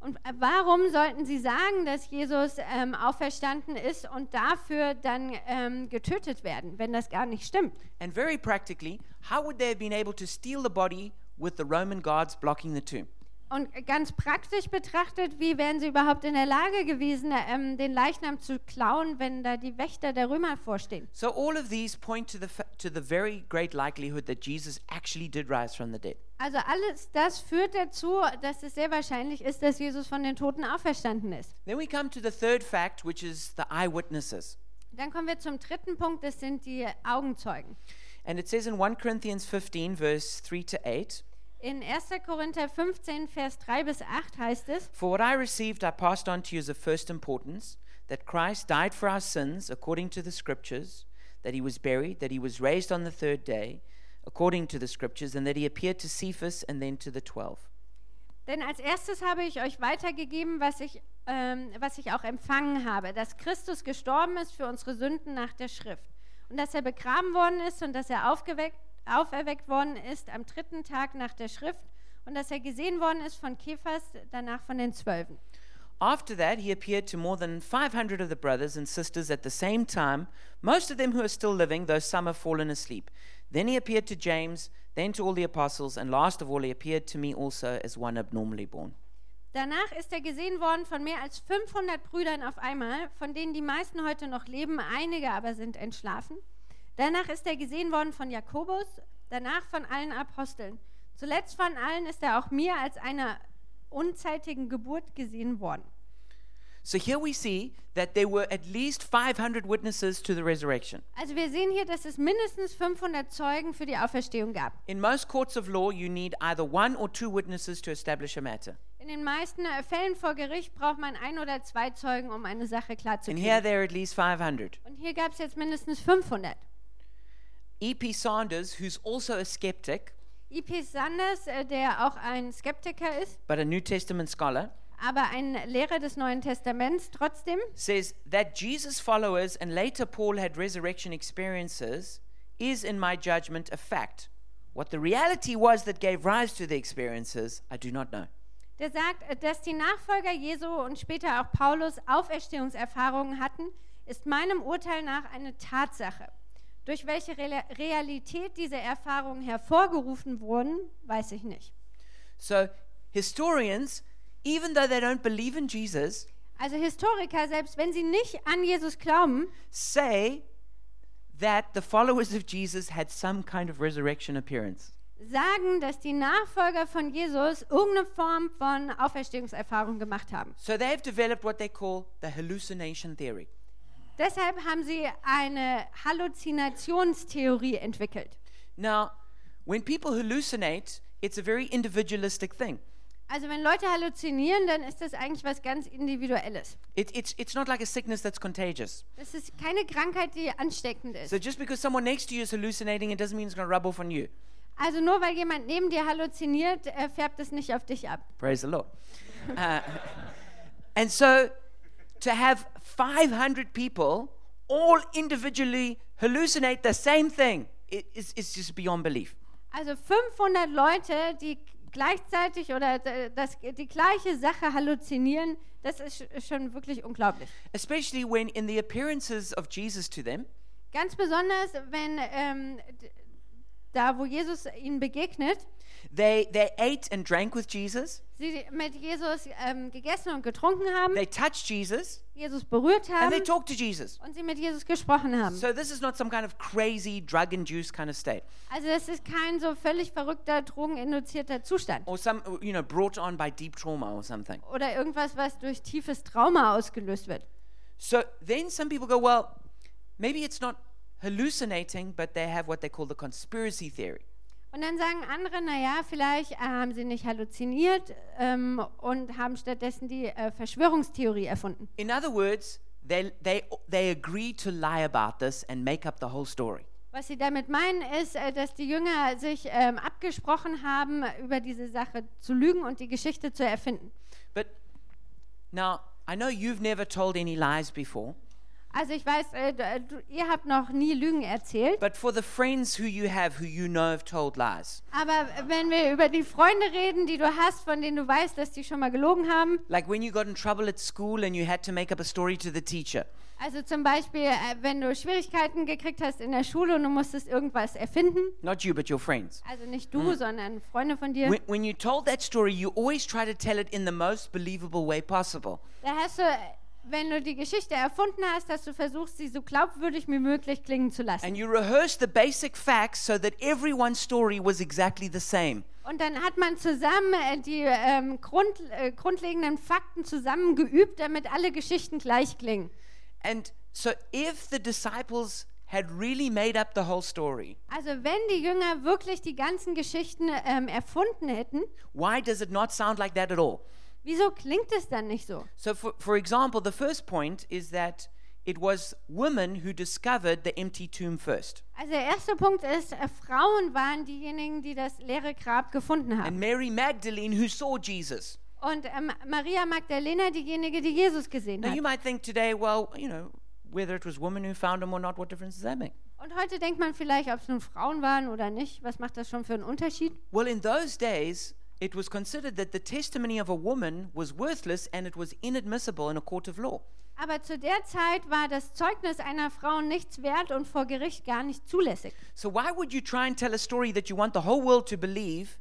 S2: Und äh, warum sollten sie sagen, dass Jesus ähm, auferstanden ist und dafür dann ähm, getötet werden, wenn das gar nicht stimmt?
S1: And very practically, how would they have been able to steal the body with the Roman guards blocking the tomb?
S2: Und ganz praktisch betrachtet, wie wären sie überhaupt in der Lage gewesen, ähm, den Leichnam zu klauen, wenn da die Wächter der Römer vorstehen?
S1: So all of these point to the fa- to the very great likelihood that Jesus actually did rise from the dead.
S2: Also alles das führt dazu, dass es sehr wahrscheinlich ist, dass Jesus von den Toten auferstanden ist.
S1: Then we come to the third fact, which is the eyewitnesses.
S2: Dann kommen wir zum dritten Punkt, das sind die Augenzeugen.
S1: And it says in 1 Corinthians 15 verse 3 to 8,
S2: In 1. Korinther 15, Vers 3 bis 8 heißt es,
S1: For what I received, I passed on to you as of first importance that Christ died for our sins according to the Scriptures, that he was buried, that he was raised on the third day according to the Scriptures, and that he appeared to Cephas and then to the twelve.
S2: Denn als erstes habe ich euch weitergegeben, was ich, ähm, was ich auch empfangen habe, dass Christus gestorben ist für unsere Sünden nach der Schrift und dass er begraben worden ist und dass er aufgeweckt, auferweckt worden ist am dritten Tag nach der Schrift und dass er gesehen worden ist von Käfers, danach von den Zwölfen.
S1: After that, he appeared to more than 500 of the brothers and sisters at the same time, most of them who are still living, though some have fallen asleep. Then he appeared to James, then to all the apostles, and last of all, he appeared to me also as one abnormally born.
S2: Danach ist er gesehen worden von mehr als 500 Brüdern auf einmal, von denen die meisten heute noch leben, einige aber sind entschlafen. Danach ist er gesehen worden von Jakobus, danach von allen Aposteln. Zuletzt von allen ist er auch mir als einer unzeitigen Geburt gesehen worden.
S1: So here we see that there were at least 500 witnesses to the resurrection.
S2: Also wir sehen hier, dass es mindestens 500 Zeugen für die Auferstehung gab.
S1: In most courts of law, you need either one or two witnesses to establish a matter.
S2: In den meisten äh, Fällen vor Gericht braucht man ein oder zwei Zeugen, um eine Sache
S1: And here
S2: klarzukriegen.
S1: there are at least 500.
S2: Und hier gab es jetzt mindestens 500.
S1: E.P. E Sanders, who's also a skeptic,
S2: E.P. Sanders, äh, der auch ein Skeptiker ist,
S1: but a New Testament scholar,
S2: aber ein Lehrer des Neuen Testaments trotzdem,
S1: says that Jesus' followers and later Paul had resurrection experiences is, in my judgment, a fact. What the reality was that gave rise to the experiences, I do not know.
S2: Der sagt, äh, dass die Nachfolger Jesu und später auch Paulus Auferstehungserfahrungen hatten, ist meinem Urteil nach eine Tatsache. Durch welche Rela- Realität diese Erfahrungen hervorgerufen wurden, weiß ich nicht.
S1: So, historians, even though they don't believe in Jesus,
S2: Also Historiker, selbst wenn sie nicht an Jesus glauben,
S1: say that the followers of Jesus had some kind of resurrection appearance.
S2: sagen, dass die Nachfolger von Jesus irgendeine Form von Auferstehungserfahrung gemacht haben.
S1: So, they've developed what they call the hallucination theory.
S2: Deshalb haben sie eine Halluzinationstheorie entwickelt.
S1: Now, when people hallucinate, it's a very individualistic thing.
S2: Also wenn Leute halluzinieren, dann ist das eigentlich was ganz Individuelles.
S1: It, it's, it's not like a sickness that's contagious.
S2: Das ist keine Krankheit, die ansteckend ist.
S1: So just because someone next to you is hallucinating, it doesn't mean it's going to rub off on you.
S2: Also nur weil jemand neben dir halluziniert, äh, färbt es nicht auf dich ab.
S1: Praise the Lord. Uh, (laughs) and so to have 500 people all individually hallucinate the same thing i- is is just beyond belief.
S2: Also 500 Leute, die gleichzeitig oder d- das, die gleiche Sache halluzinieren, das ist sch- schon wirklich unglaublich.
S1: Especially when in the appearances of Jesus to them,
S2: Ganz besonders, wenn ähm, d- da, wo Jesus ihnen begegnet,
S1: they, they ate and drank with Jesus,
S2: sie mit Jesus ähm, gegessen und getrunken haben,
S1: they touched Jesus,
S2: Jesus berührt
S1: and they
S2: haben
S1: talked to Jesus.
S2: und sie mit Jesus gesprochen haben.
S1: So this is not some kind of crazy drug induced kind of state
S2: Also das ist kein so völlig verrückter, drogeninduzierter Zustand
S1: or some, you know, brought on by deep trauma or something.
S2: oder irgendwas, was durch tiefes Trauma ausgelöst wird.
S1: So then some people go, well, maybe it's not hallucinating, but they have what they call the conspiracy theory.
S2: Und dann sagen andere, naja, vielleicht äh, haben sie nicht halluziniert ähm, und haben stattdessen die äh, Verschwörungstheorie erfunden.
S1: In other words, they, they, they agree to lie about this and make up the whole story.
S2: Was sie damit meinen, ist, äh, dass die Jünger sich ähm, abgesprochen haben, über diese Sache zu lügen und die Geschichte zu erfinden.
S1: But now, I know you've never told any lies before,
S2: Also ich weiß, äh, d- du, ihr habt noch nie Lügen erzählt,
S1: but for the friends who you have who you know have told lies,
S2: aber wenn wir über die Freunde reden, die du hast, von denen du weißt, dass die schon mal gelogen haben,
S1: like when you got in trouble at school and you had to make up a story to the teacher,
S2: also zum Beispiel, äh, wenn du Schwierigkeiten gekriegt hast in der Schule und du musstest irgendwas erfinden,
S1: not you, but your friends.
S2: also nicht du, sondern Freunde von dir,
S1: When, when you told that story, you always try to tell it in the most believable way possible.
S2: da hast du, äh, wenn du die Geschichte erfunden hast, hast du versucht, sie so glaubwürdig wie möglich klingen zu lassen.
S1: And you rehearse the basic facts so that everyone's story was exactly the same.
S2: Und dann hat man zusammen äh, die ähm, Grund, äh, grundlegenden Fakten zusammengeübt, damit alle Geschichten gleich klingen.
S1: And so, if the disciples had really made up the whole story,
S2: Also wenn die Jünger wirklich die ganzen Geschichten ähm, erfunden hätten,
S1: why does it not sound like that at all?
S2: wieso klingt es dann nicht so?
S1: So, for, for example, the first point is that it was women who discovered the empty tomb first.
S2: Also der erste Punkt ist, äh, Frauen waren diejenigen, die das leere Grab gefunden
S1: And
S2: haben.
S1: Mary Magdalene who saw Jesus.
S2: Und ähm, Maria Magdalena diejenige, die Jesus gesehen
S1: Now,
S2: hat.
S1: you might think today, well, you know, whether it was women who found him or not, what difference does that make?
S2: Und heute denkt man vielleicht, ob es nun Frauen waren oder nicht. Was macht das schon für einen Unterschied?
S1: Well, in those days, it was considered that the testimony of a woman was worthless and it was inadmissible in a court of law.
S2: Aber zu der Zeit war das Zeugnis einer Frau nichts wert und vor Gericht gar nicht zulässig.
S1: So, why would you try and tell a story that you want the whole world to believe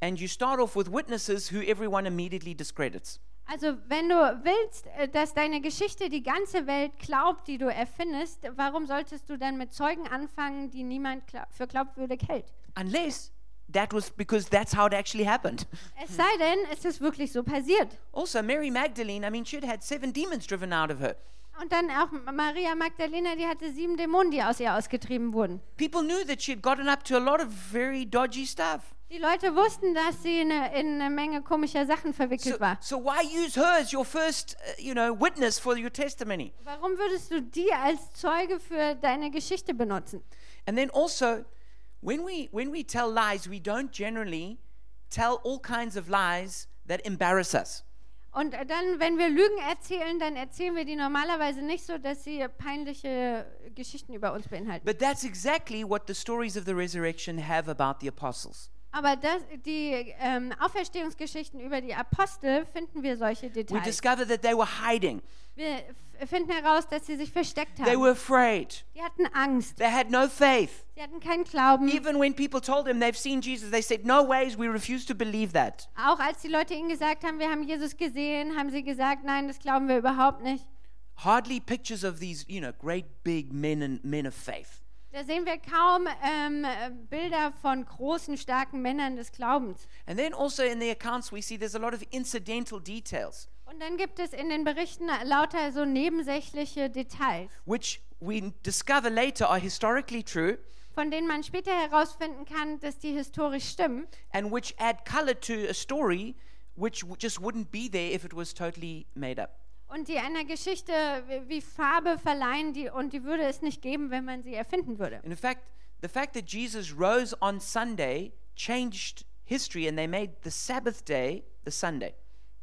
S1: and you start off with witnesses who everyone immediately discredits?
S2: Also wenn du willst, äh, dass deine Geschichte die ganze Welt glaubt, die du erfindest, warum solltest du dann mit Zeugen anfangen, die niemand gla für glaubwürdig hält?
S1: Unless that was because that's how it actually happened.
S2: Es sei denn, es ist wirklich so passiert.
S1: Also, Mary Magdalene, I mean, she'd had seven demons driven out of her.
S2: Und dann auch Maria Magdalena, die hatte sieben Dämonen, die aus ihr ausgetrieben wurden.
S1: People knew that she'd gotten up to a lot of very dodgy stuff.
S2: Die Leute wussten, dass sie in eine, in eine Menge komischer Sachen verwickelt
S1: So,
S2: war.
S1: so why use her as your first, uh, you know, witness for your testimony?
S2: Warum würdest du die als Zeuge für deine Geschichte benutzen?
S1: And then also, when we when we tell lies, we don't generally tell all kinds of lies that embarrass us.
S2: Und äh, dann, wenn wir Lügen erzählen, dann erzählen wir die normalerweise nicht so, dass sie peinliche Geschichten über uns beinhalten.
S1: But that's exactly what the stories of the resurrection have about the apostles.
S2: Aber das, die ähm, Auferstehungsgeschichten über die Apostel finden wir solche
S1: We
S2: Details.
S1: discover that they were hiding,
S2: Wir f- finden heraus, dass sie sich versteckt
S1: they
S2: haben.
S1: were afraid,
S2: Die hatten Angst.
S1: they had no faith.
S2: Sie hatten keinen Glauben.
S1: Even when people told them they've seen Jesus, they said, No ways, we refuse to believe that.
S2: Auch als die Leute ihnen gesagt haben, wir haben Jesus gesehen, haben sie gesagt, nein, das glauben wir überhaupt nicht.
S1: Hardly pictures of these, you know, great big men and men of faith.
S2: Da sehen wir kaum ähm, äh, Bilder von großen, starken Männern des Glaubens.
S1: And then also in the accounts, we see there's a lot of incidental details,
S2: Und dann gibt es in den Berichten lauter so nebensächliche Details,
S1: which we discover later are historically true
S2: von denen man später herausfinden kann, dass die historisch stimmen
S1: and which add color to a story which w- just wouldn't be there if it was totally made up.
S2: und die einer Geschichte wie- wie Farbe verleihen, die, und die würde es nicht geben, wenn man sie erfinden würde.
S1: And in fact, the fact that Jesus rose on Sunday changed history and they made the Sabbath day the Sunday.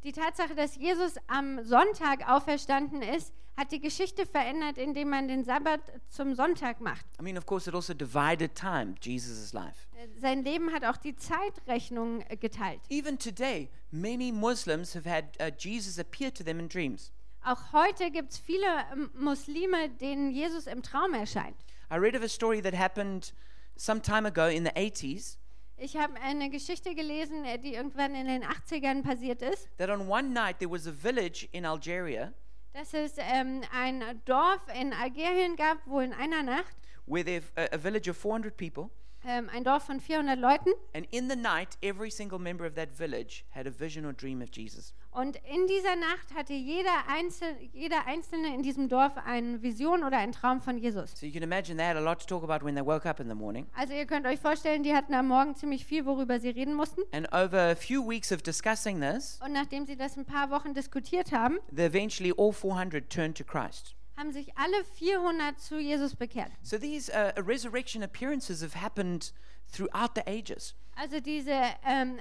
S2: Die Tatsache, dass Jesus am Sonntag auferstanden ist, hat die Geschichte verändert, indem man den Sabbat zum Sonntag macht.
S1: I mean, of course, it also divided time, Jesus' life.
S2: Äh, Sein Leben hat auch die Zeitrechnung äh, geteilt.
S1: Even today, many Muslims have had uh, Jesus appear to them in dreams.
S2: Auch heute gibt es viele ähm, Muslime, denen Jesus im Traum erscheint.
S1: I read of a story that happened some time ago in the 80s
S2: Ich habe eine Geschichte gelesen, äh, die irgendwann in den 80ern passiert ist.
S1: that on one night there was a village in Algeria
S2: Dass es ähm, ein Dorf in Algerien gab, wo in einer Nacht,
S1: where there a, a village of 400 people
S2: ähm, ein Dorf von 400 Leuten,
S1: and in the night every single member of that village had a vision or dream of Jesus.
S2: und in dieser Nacht hatte jeder, Einzel jeder Einzelne in diesem Dorf eine Vision oder einen Traum von Jesus.
S1: So you can imagine they had a lot to talk about when they woke up in the morning.
S2: Also ihr könnt euch vorstellen, die hatten am Morgen ziemlich viel, worüber sie reden mussten.
S1: And over a few weeks of discussing this,
S2: Und nachdem sie das ein paar Wochen diskutiert haben,
S1: they eventually all 400 turned to Christ.
S2: haben sich alle 400 zu Jesus bekehrt.
S1: So these uh, resurrection appearances have happened throughout the ages.
S2: Also diese ähm,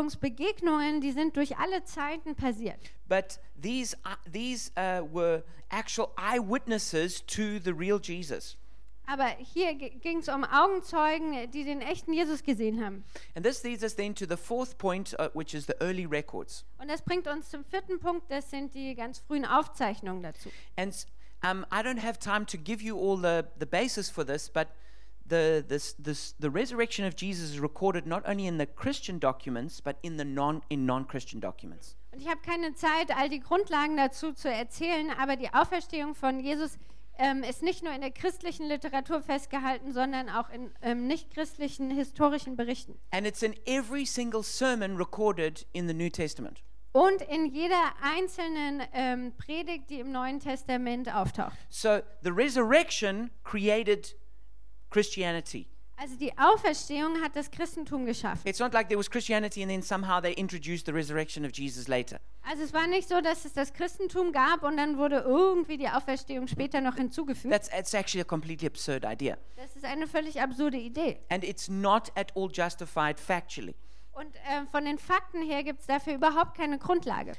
S2: Auferstehungsbegegnungen, die sind durch alle Zeiten passiert.
S1: But these, uh, these uh, were actual eyewitnesses to the real Jesus.
S2: Aber hier ging es um Augenzeugen, die den echten Jesus gesehen haben.
S1: And this leads us then to the fourth point, uh, which is the early records.
S2: Und das bringt uns zum vierten Punkt, das sind die ganz frühen Aufzeichnungen dazu.
S1: And s- um, I don't have time to give you all the, the basis for this, but the, this, this, the resurrection of Jesus is recorded not only in the Christian documents, but in the non, in non-Christian documents.
S2: Und ich habe keine Zeit, all die Grundlagen dazu zu erzählen, aber die Auferstehung von Jesus ähm, ist nicht nur in der christlichen Literatur festgehalten, sondern auch in ähm, nichtchristlichen historischen Berichten.
S1: And it's in every single sermon recorded in the New Testament.
S2: Und in jeder einzelnen ähm, Predigt, die im Neuen Testament auftaucht.
S1: So the resurrection created Christianity.
S2: Also die Auferstehung hat das Christentum geschaffen.
S1: It's not like there was Christianity and then somehow they introduced the resurrection of Jesus later.
S2: Also es war nicht so, dass es das Christentum gab und dann wurde irgendwie die Auferstehung später noch hinzugefügt.
S1: That's it's actually a completely absurd idea.
S2: Das ist eine völlig absurde Idee.
S1: And it's not at all justified factually.
S2: Und äh, von den Fakten her gibt es dafür überhaupt keine Grundlage.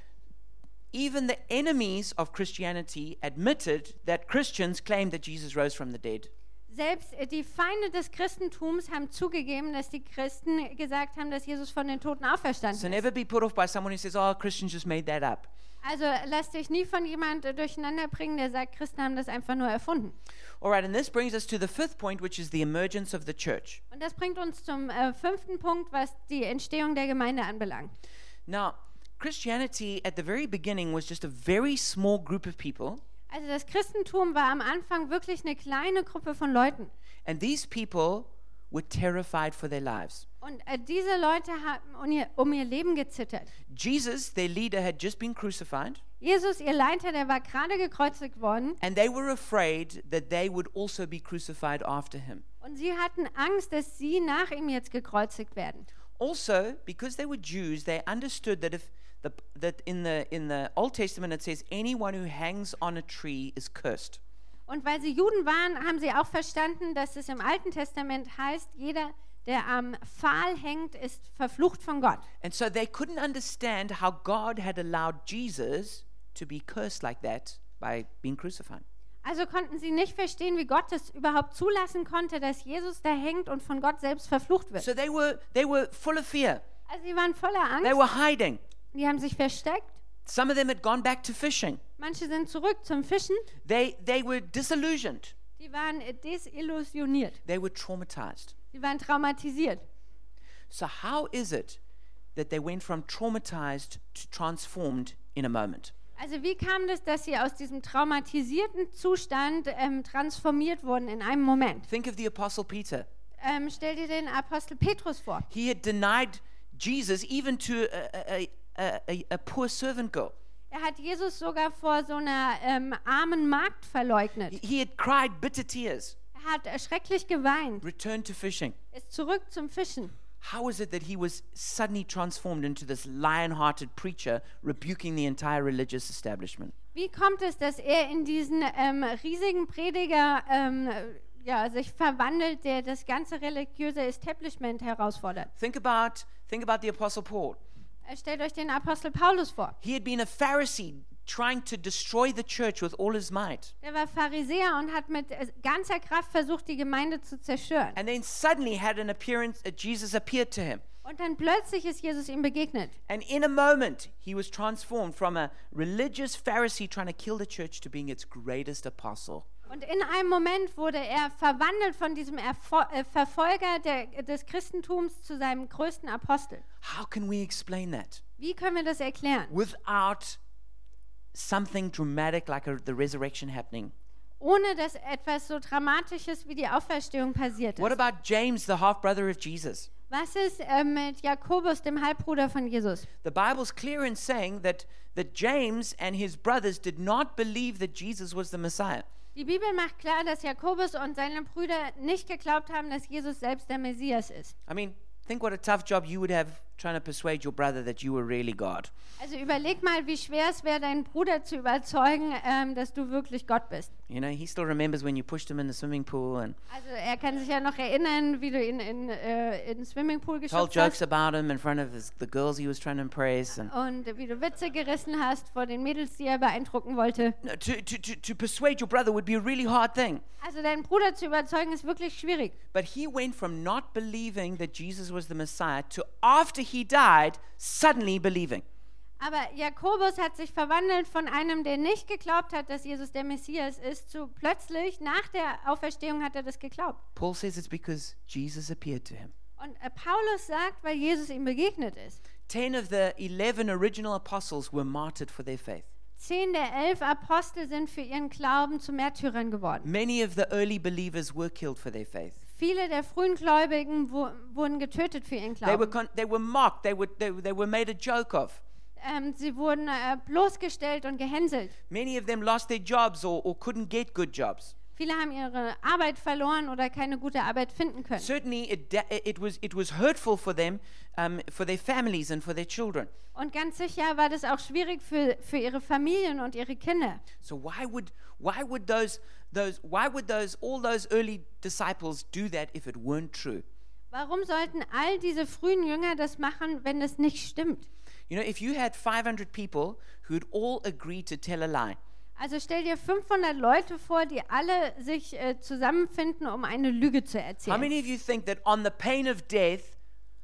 S1: Even the enemies of Christianity admitted that Christians claimed that Jesus rose from the dead.
S2: Selbst äh, die Feinde des Christentums haben zugegeben, dass die Christen gesagt haben, dass Jesus von den Toten
S1: So
S2: auferstanden ist.
S1: never be put off by someone who says, oh, Christians just made that up.
S2: Also lass dich nie von jemand äh, durcheinander bringen, der sagt, Christen haben das einfach nur erfunden.
S1: All right, and this brings us to the fifth point, which is the emergence of the church.
S2: Und das bringt uns zum äh, fünften Punkt, was die Entstehung der Gemeinde anbelangt.
S1: Now, Christianity at the very beginning was just a very small group of people,
S2: Also das Christentum war am Anfang wirklich eine kleine Gruppe von Leuten.
S1: and these people were terrified for their lives.
S2: Und äh, diese Leute haben um ihr, um ihr Leben gezittert.
S1: Jesus, their leader, had just been crucified,
S2: Jesus, ihr Leiter, der war gerade gekreuzigt worden.
S1: and they were afraid that they would also be crucified after him.
S2: Und sie hatten Angst, dass sie nach ihm jetzt gekreuzigt werden.
S1: Also, because they were Jews, they understood that if the, that in the in the Old Testament it says anyone who hangs on a tree is cursed.
S2: Und weil sie Juden waren, haben sie auch verstanden, dass es im Alten Testament heißt, jeder, der am Pfahl hängt, ist verflucht von Gott.
S1: And so they couldn't understand how God had allowed Jesus to be cursed like that by being crucified.
S2: Also konnten sie nicht verstehen, wie Gott es überhaupt zulassen konnte, dass Jesus da hängt und von Gott selbst verflucht wird.
S1: So they were they were full of fear.
S2: Also sie waren voller
S1: They
S2: Angst,
S1: were hiding.
S2: die haben sich versteckt.
S1: Some of them had gone back to fishing.
S2: Manche sind zurück zum Fischen,
S1: They they were disillusioned.
S2: die waren äh, desillusioniert,
S1: They were traumatized.
S2: die waren traumatisiert.
S1: So how is it that they went from traumatized to transformed in a moment?
S2: Also wie kam das, dass sie aus diesem traumatisierten Zustand ähm, transformiert wurden in einem Moment?
S1: Think of the apostle Peter.
S2: Ähm, stell dir den Apostel Petrus vor.
S1: He had denied Jesus even to a, a, a, a, a poor servant girl.
S2: Er hat Jesus sogar vor so einer ähm, armen Magd verleugnet.
S1: He had cried bitter tears,
S2: Er hat äh, schrecklich geweint,
S1: returned to fishing.
S2: ist zurück zum Fischen.
S1: How is it that he was suddenly transformed into this lion hearted preacher rebuking the entire religious establishment?
S2: Wie kommt es, dass er in diesen ähm, riesigen Prediger ähm, ja, sich verwandelt, der das ganze religiöse Establishment herausfordert?
S1: Think about, think about the Apostle Paul.
S2: Äh, Stellt euch den Apostel Paulus vor.
S1: He had been a Pharisee trying to destroy the church with all his might.
S2: Der war Pharisäer und hat mit äh, ganzer Kraft versucht, die Gemeinde zu zerstören.
S1: And then suddenly had an appearance, uh, Jesus appeared to him.
S2: Und dann plötzlich ist Jesus ihm begegnet.
S1: And in a moment, he was transformed from a religious Pharisee trying to kill the church to being its greatest apostle.
S2: Und in einem Moment wurde er verwandelt von diesem Erfol äh, Verfolger der, des Christentums zu seinem größten Apostel.
S1: How can we explain that?
S2: Wie können wir das erklären?
S1: Without something dramatic like a, the resurrection happening.
S2: Ohne dass etwas so Dramatisches wie die Auferstehung passiert
S1: What
S2: ist.
S1: about James, the half brother of Jesus?
S2: Was ist äh, mit Jakobus, dem Halbbruder von Jesus?
S1: The Bible's clear in saying that, that James and his brothers did not believe that Jesus was the Messiah.
S2: Die Bibel macht klar, dass Jakobus und seine Brüder nicht geglaubt haben, dass Jesus selbst der Messias ist.
S1: I mean, think what a tough job you would have trying to persuade your brother that you were really God.
S2: Also überleg mal, wie schwer es wäre, deinen Bruder zu überzeugen, ähm, dass du wirklich Gott bist.
S1: You know, he still remembers when you pushed him in the swimming pool and
S2: Also er kann sich ja noch erinnern, wie du ihn in, äh, in den Swimmingpool
S1: told
S2: geschubst
S1: jokes
S2: hast
S1: about him in front of his, the girls he was trying to impress. And
S2: und wie du Witze gerissen hast vor den Mädels, die er beeindrucken wollte.
S1: No, to, to, to, to persuade your brother would be a really hard thing.
S2: Also deinen Bruder zu überzeugen ist wirklich schwierig.
S1: But he went from not believing that Jesus was the Messiah to after he died, suddenly believing.
S2: Aber Jakobus hat sich verwandelt von einem, der nicht geglaubt hat, dass Jesus der Messias ist, zu plötzlich nach der Auferstehung hat er das geglaubt.
S1: Paul says it's because Jesus appeared to him.
S2: Und äh, Paulus sagt, weil Jesus ihm begegnet ist.
S1: Ten of the eleven original apostles were martyred for their faith.
S2: Zehn der elf Apostel sind für ihren Glauben zu Märtyrern geworden.
S1: Many of the early believers were killed for their faith.
S2: Viele der frühen Gläubigen wo, wurden getötet für ihren
S1: They were,
S2: Glauben.
S1: con- they were mocked, they were, they, they were made a joke of.
S2: Ähm, sie wurden äh, bloßgestellt und gehänselt.
S1: Many of them lost their jobs or, or couldn't get good jobs.
S2: Viele haben ihre Arbeit verloren oder keine gute Arbeit finden können.
S1: Certainly, it, da- it, was, it was hurtful for them, um, for their families, and for their children.
S2: Und ganz sicher war das auch schwierig für, für ihre Familien und ihre Kinder.
S1: So why would why would those those why would those all those early disciples do that if it weren't true?
S2: Warum sollten all diese frühen Jünger das machen, wenn das nicht stimmt?
S1: You know, if you had 500 people who'd all agreed to tell a lie,
S2: Also stell dir 500 Leute vor, die alle sich äh, zusammenfinden, um eine Lüge zu
S1: how
S2: erzählen.
S1: many of you think that on the pain of death,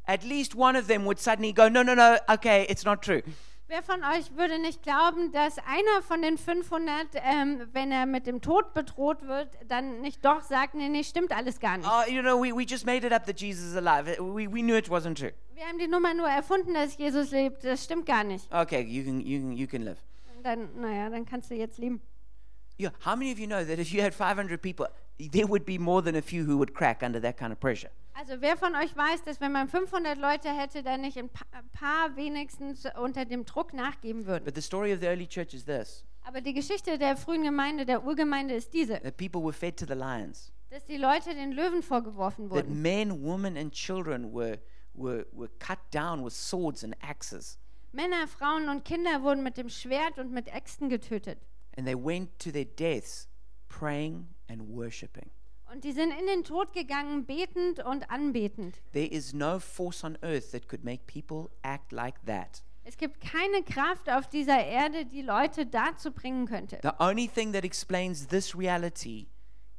S1: at least one of them would suddenly go, no, no, no, okay, it's not true.
S2: Wer von euch würde nicht glauben, dass einer von den 500, ähm, wenn er mit dem Tod bedroht wird, dann nicht doch sagt, nee, nee, stimmt alles gar nicht.
S1: Oh, you know, we, we just made it up that Jesus is alive. We, we knew it wasn't true.
S2: Wir haben die Nummer nur erfunden, dass Jesus lebt. Das stimmt gar nicht.
S1: Okay, you can you can you can live.
S2: Und dann, naja, dann kannst du jetzt leben.
S1: Yeah, how many of you know that if you had 500 people, there would be more than a few who would crack under that kind of pressure?
S2: Also wer von euch weiß, dass wenn man 500 Leute hätte, dann nicht ein pa ein paar wenigstens unter dem Druck nachgeben würden.
S1: But the story of the early church is this:
S2: Aber die Geschichte der frühen Gemeinde, der Urgemeinde ist diese,
S1: that people were fed to the lions,
S2: dass die Leute den Löwen vorgeworfen
S1: that
S2: wurden.
S1: men, women, and children were were were cut down with swords and axes,
S2: Männer, Frauen und Kinder wurden mit dem Schwert und mit Äxten getötet.
S1: and they went to their deaths praying and worshiping.
S2: Und die sind in den Tod gegangen, betend und anbetend.
S1: There is no force on earth that could make people act like that.
S2: Es gibt keine Kraft auf dieser Erde, die Leute dazu bringen könnte.
S1: The only thing that explains this reality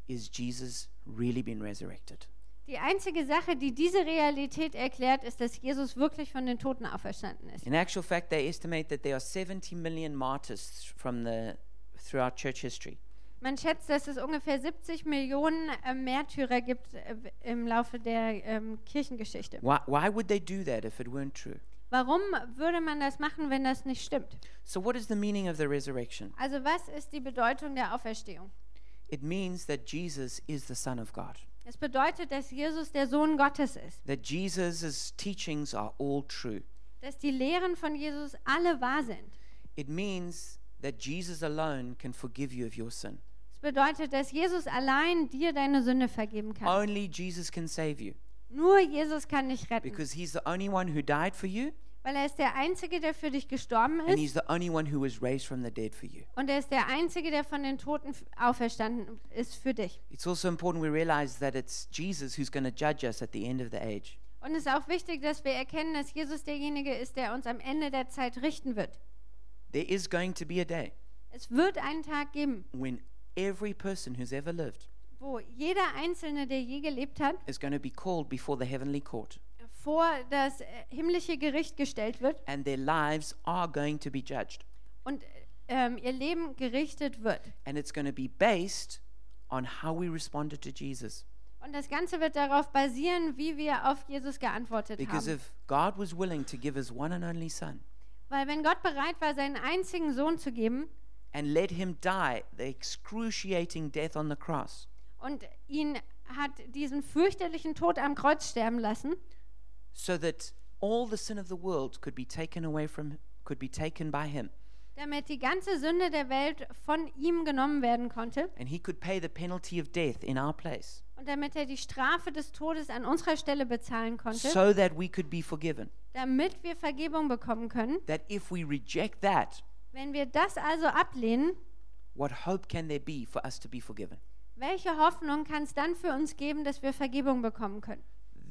S1: is Jesus really being resurrected.
S2: Die einzige Sache, die diese Realität erklärt, ist, dass Jesus wirklich von den Toten auferstanden ist.
S1: In actual fact, they estimate that there are 70 million martyrs from the throughout church history.
S2: Man schätzt, dass es ungefähr 70 Millionen äh, Märtyrer gibt äh, im Laufe der ähm, Kirchengeschichte.
S1: Why, why would they do that if it weren't true?
S2: Warum würde man das machen, wenn das nicht stimmt?
S1: So, what is the meaning of the resurrection?
S2: Also was ist die Bedeutung der Auferstehung?
S1: It means that Jesus is the Son of God,
S2: Es bedeutet, dass Jesus der Sohn Gottes ist,
S1: that Jesus' teachings are all true.
S2: dass die Lehren von Jesus alle wahr sind.
S1: It means that Jesus alone can forgive you of your sin.
S2: Es bedeutet, dass Jesus allein dir deine Sünde vergeben kann.
S1: Only Jesus can save you
S2: Nur Jesus kann dich retten,
S1: because he's the only one who died for you
S2: weil er ist der Einzige, der für dich gestorben
S1: and
S2: ist
S1: he's the only one who was raised from the dead for you.
S2: und er ist der Einzige, der von den Toten f- auferstanden ist für dich.
S1: It's also important we realize that it's Jesus who's going to judge us at the end of the age.
S2: Und es ist auch wichtig, dass wir erkennen, dass Jesus derjenige ist, der uns am Ende der Zeit richten wird.
S1: There is going to be a day
S2: Es wird einen Tag geben,
S1: when every person who's ever lived
S2: wo jeder Einzelne, der je gelebt hat,
S1: is going to be called before the heavenly court
S2: vor das äh, himmlische Gericht gestellt wird
S1: and their lives are going to be judged.
S2: und äh, ähm, ihr Leben gerichtet wird.
S1: And it's going to be based on how we responded to Jesus.
S2: Und das Ganze wird darauf basieren, wie wir auf Jesus geantwortet
S1: Because
S2: haben.
S1: if God was willing to give his one and only son
S2: Weil wenn Gott bereit war, seinen einzigen Sohn zu geben
S1: and let him die the excruciating death on the cross,
S2: und ihn hat diesen fürchterlichen Tod am Kreuz sterben lassen,
S1: so that all the sin of the world could be taken away from could be taken by him
S2: damit die ganze Sünde der Welt von ihm genommen werden konnte
S1: and he could pay the penalty of death in our place
S2: und damit er die Strafe des Todes an unserer Stelle bezahlen konnte,
S1: so that we could be forgiven
S2: damit wir Vergebung bekommen können.
S1: that if we reject that
S2: Wenn wir das also ablehnen,
S1: what hope can there be for us to be forgiven
S2: Welche Hoffnung kann es dann für uns geben, dass wir Vergebung bekommen können?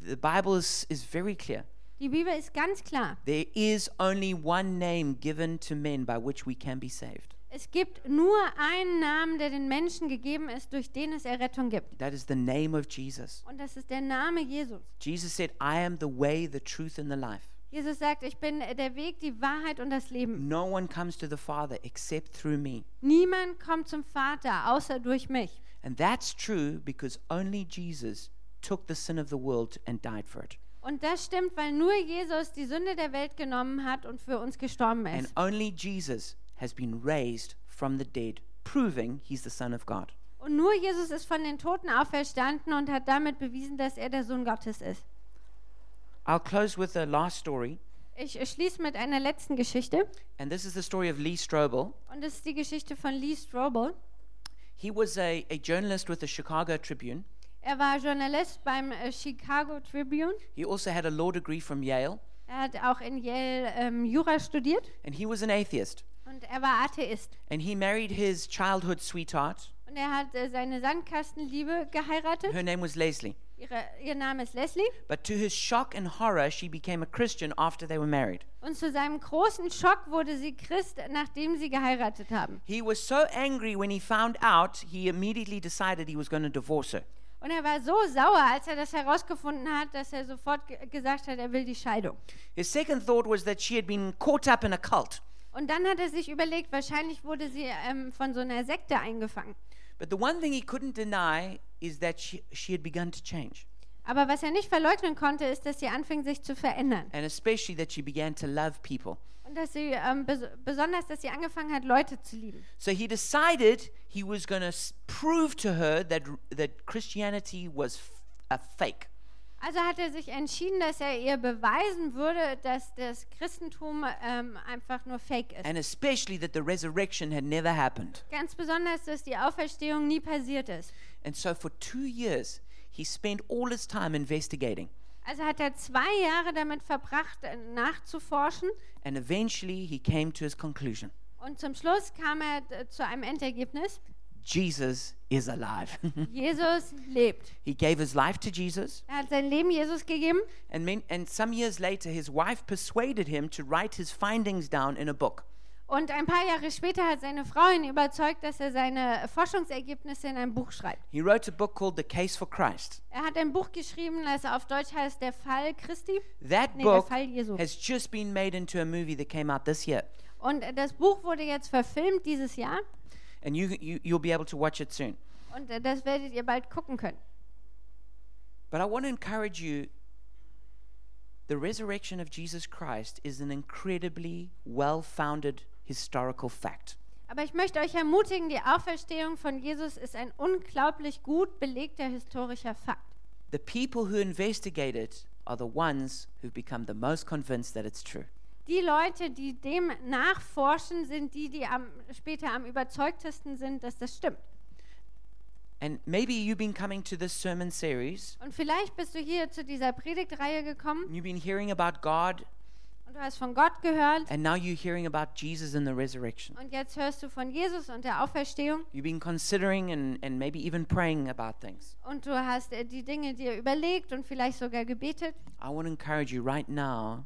S1: the bible is, is very clear
S2: Die Bibel ist ganz klar.
S1: there is only one name given to men by which we can be saved
S2: Es gibt nur einen Namen, der den Menschen gegeben ist, durch den es Errettung gibt.
S1: that is the name of jesus
S2: Und das ist der Name Jesus.
S1: jesus said i am the way the truth and the life
S2: Jesus sagt, ich bin der Weg, die Wahrheit und das Leben.
S1: no one comes to the father except through me
S2: Niemand kommt zum Vater, außer durch mich.
S1: And that's true because only Jesus took the sin of the world and died for it.
S2: Und das stimmt, weil nur Jesus die Sünde der Welt genommen hat und für uns gestorben
S1: And
S2: ist.
S1: only Jesus has been raised from the dead, proving he's the Son of God.
S2: Und nur Jesus ist von den Toten auferstanden und hat damit bewiesen, dass er der Sohn Gottes ist.
S1: I'll close with the last story,
S2: Ich schließe mit einer letzten Geschichte.
S1: and this is the story of Lee Strobel.
S2: Und das ist die Geschichte von Lee Strobel.
S1: He was a, a journalist with the Chicago Tribune.
S2: Er war Journalist beim äh, Chicago Tribune.
S1: He also had a law degree from Yale,
S2: Er hat auch in Yale ähm, Jura studiert
S1: and he was an atheist.
S2: und er war Atheist.
S1: And he married his childhood sweetheart.
S2: Und er hat äh, seine Sandkastenliebe geheiratet.
S1: Her name was Leslie.
S2: Ihre, ihr Name ist Leslie.
S1: But to his shock and horror, she became a Christian after they were married.
S2: Und zu seinem großen Schock wurde sie Christ, nachdem sie geheiratet haben.
S1: He was so angry when he found out, he immediately decided he was going to divorce her.
S2: Und er war so sauer, als er das herausgefunden hat, dass er sofort ge gesagt hat, er will die Scheidung.
S1: His second thought was that she had been caught up in a cult.
S2: Und dann hat er sich überlegt, wahrscheinlich wurde sie ähm, von so einer Sekte eingefangen.
S1: But the one thing he couldn't deny is that she, she had begun to change,
S2: Aber was er nicht verleugnen konnte, ist, dass sie anfing, sich zu verändern.
S1: and especially that she began to love people.
S2: Und dass sie, ähm, bes besonders, dass sie angefangen hat, Leute zu lieben.
S1: So he decided he was going to prove to her that, that Christianity was f- a fake.
S2: Also hat er sich entschieden, dass er ihr beweisen würde, dass das Christentum ähm, einfach nur Fake ist.
S1: And especially that the resurrection had never happened.
S2: Ganz besonders, dass die Auferstehung nie passiert ist.
S1: And so for two years, he spent all his time investigating.
S2: Also hat er zwei Jahre damit verbracht, äh, nachzuforschen.
S1: And eventually, he came to his conclusion.
S2: Und zum Schluss kam er äh, zu einem Endergebnis.
S1: Jesus is alive. (laughs)
S2: Jesus lebt.
S1: he gave his life to Jesus,
S2: Er hat sein Leben Jesus gegeben
S1: and, men- and some years later, his wife persuaded him to write his findings down in a book.
S2: und ein paar Jahre später hat seine Frau ihn überzeugt, dass er seine Forschungsergebnisse in einem Buch schreibt.
S1: He wrote a book called The Case for Christ.
S2: Er hat ein Buch geschrieben, das auf Deutsch heißt Der Fall Christi.
S1: That
S2: Nee, der
S1: book
S2: Fall Jesu.
S1: has just been made into a movie that came out this year,
S2: Und äh, das Buch wurde jetzt verfilmt dieses Jahr
S1: and you, you, you'll be able to watch it soon.
S2: und äh, das werdet ihr bald gucken können.
S1: But I want to encourage you the resurrection of Jesus Christ is an incredibly well founded historical fact.
S2: Aber ich möchte euch ermutigen, die Auferstehung von Jesus ist ein unglaublich gut belegter historischer Fakt.
S1: The people who investigate it are the ones who've become the most convinced that it's true.
S2: Die Leute, die dem nachforschen, sind die, die am, später am überzeugtesten sind, dass das stimmt.
S1: And maybe you've been coming to this sermon series,
S2: Und vielleicht bist du hier zu dieser Predigtreihe gekommen
S1: and you've been hearing about God,
S2: und du hast von Gott gehört
S1: and now you're hearing about Jesus and the resurrection.
S2: und jetzt hörst du von Jesus und der Auferstehung
S1: You've been considering and, and maybe even praying about things.
S2: und du hast äh, die Dinge dir überlegt und vielleicht sogar gebetet.
S1: I want to encourage you right now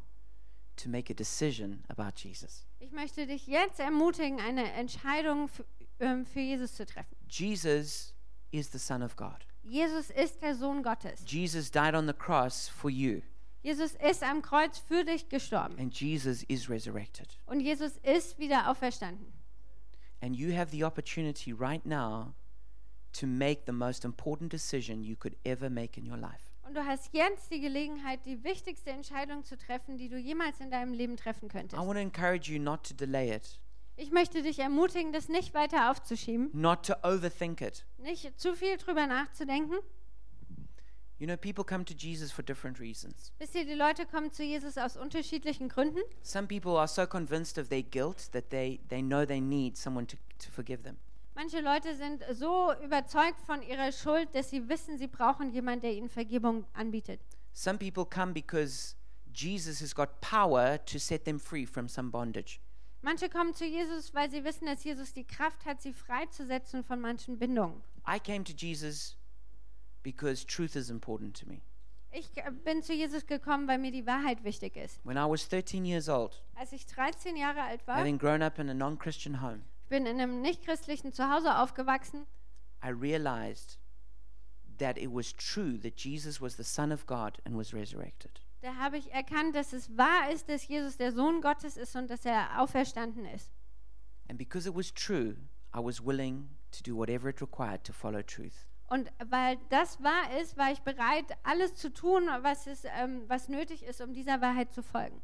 S1: to make a decision about Jesus.
S2: Ich möchte dich jetzt ermutigen, eine Entscheidung f- ähm, für Jesus zu treffen.
S1: Jesus is the Son of God.
S2: Jesus ist der Sohn Gottes.
S1: Jesus died on the cross for you,
S2: Jesus ist am Kreuz für dich gestorben
S1: and Jesus is resurrected.
S2: und Jesus ist wieder auferstanden.
S1: And you have the opportunity right now to make the most important decision you could ever make in your life.
S2: Und du hast jetzt die Gelegenheit, die wichtigste Entscheidung zu treffen, die du jemals in deinem Leben treffen
S1: I
S2: könntest.
S1: want to encourage you not to delay it,
S2: Ich möchte dich ermutigen, das nicht weiter aufzuschieben,
S1: not to overthink it.
S2: nicht zu viel drüber nachzudenken.
S1: You know, people come to Jesus for different reasons.
S2: Wisst ihr, die Leute kommen zu Jesus aus unterschiedlichen Gründen.
S1: Some people are so convinced of their guilt that they, they know they need someone to, to forgive them.
S2: Manche Leute sind so überzeugt von ihrer Schuld, dass sie wissen, sie brauchen jemanden, der ihnen Vergebung anbietet.
S1: Some people come because Jesus has got power to set them free from some bondage.
S2: Manche kommen zu Jesus, weil sie wissen, dass Jesus die Kraft hat, sie freizusetzen von manchen Bindungen.
S1: I came to Jesus because truth is important to me.
S2: Ich äh, bin zu Jesus gekommen, weil mir die Wahrheit wichtig ist.
S1: When I was 13 years old,
S2: Als ich 13 Jahre alt war,
S1: having grown up in a non Christian home,
S2: ich bin in einem nichtchristlichen Zuhause aufgewachsen,
S1: I realized that it was true that Jesus was the Son of God and was resurrected.
S2: da habe ich erkannt, dass es wahr ist, dass Jesus der Sohn Gottes ist und dass er auferstanden ist.
S1: And because it was true, I was willing to do whatever it required to follow truth.
S2: Und weil das wahr ist, war ich bereit, alles zu tun, was, es, ähm, was nötig ist, um dieser Wahrheit zu folgen.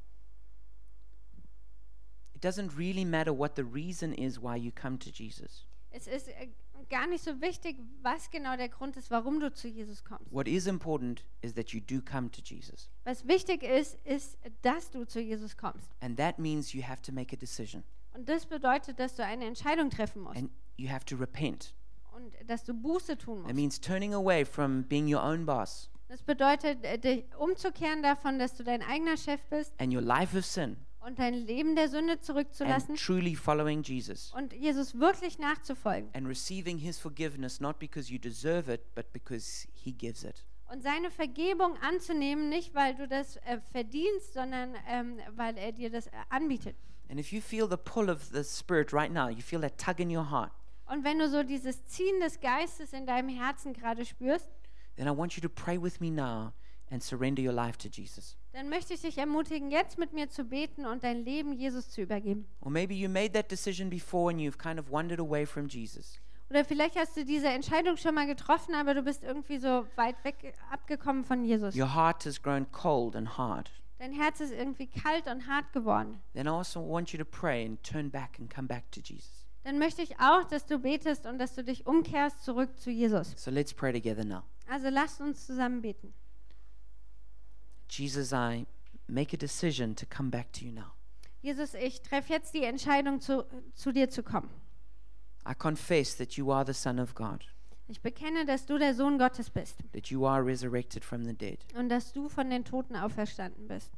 S1: It doesn't really matter what the reason is why you come to Jesus.
S2: Es ist äh, gar nicht so wichtig, was genau der Grund ist, warum du zu Jesus kommst.
S1: What is important is that you do come to Jesus.
S2: Was wichtig ist, ist, dass du zu Jesus kommst.
S1: And that means you have to make a decision
S2: Und das bedeutet, dass du eine Entscheidung treffen musst
S1: and you have to repent.
S2: und dass du Buße tun
S1: That
S2: musst.
S1: means turning away from being your own boss
S2: Das bedeutet, äh, dich umzukehren davon, dass du dein eigener Chef bist
S1: and your life of sin
S2: und dein Leben der Sünde
S1: and
S2: zurückzulassen
S1: truly following Jesus
S2: und Jesus wirklich nachzufolgen
S1: and receiving his forgiveness not because you deserve it but because he gives it.
S2: und seine Vergebung anzunehmen, nicht weil du das äh, verdienst, sondern ähm, weil er dir das äh, anbietet.
S1: And if you feel the pull of the spirit right now, you feel that tug in your heart,
S2: Und wenn du so dieses Ziehen des Geistes in deinem Herzen gerade spürst,
S1: then I want you to pray with me now and surrender your life to Jesus.
S2: dann möchte ich dich ermutigen, jetzt mit mir zu beten und dein Leben Jesus zu übergeben.
S1: Or maybe you made that decision before and you've kind of wandered away from Jesus.
S2: Oder vielleicht hast du diese Entscheidung schon mal getroffen, aber du bist irgendwie so weit weg äh, abgekommen von Jesus.
S1: Your heart has grown cold and hard.
S2: Dein Herz ist irgendwie kalt und hart geworden.
S1: Then I also want you to pray and turn back and come back to Jesus.
S2: Dann möchte ich auch, dass du betest und dass du dich umkehrst zurück zu Jesus.
S1: So let's pray together now.
S2: Also lasst uns zusammen beten.
S1: Jesus, I make a decision to come back to you now.
S2: Jesus, ich treffe jetzt die Entscheidung, zu, zu dir zu kommen.
S1: I confess that you are the Son of God,
S2: Ich bekenne, dass du der Sohn Gottes bist
S1: that you are resurrected from the dead.
S2: und dass du von den Toten auferstanden bist.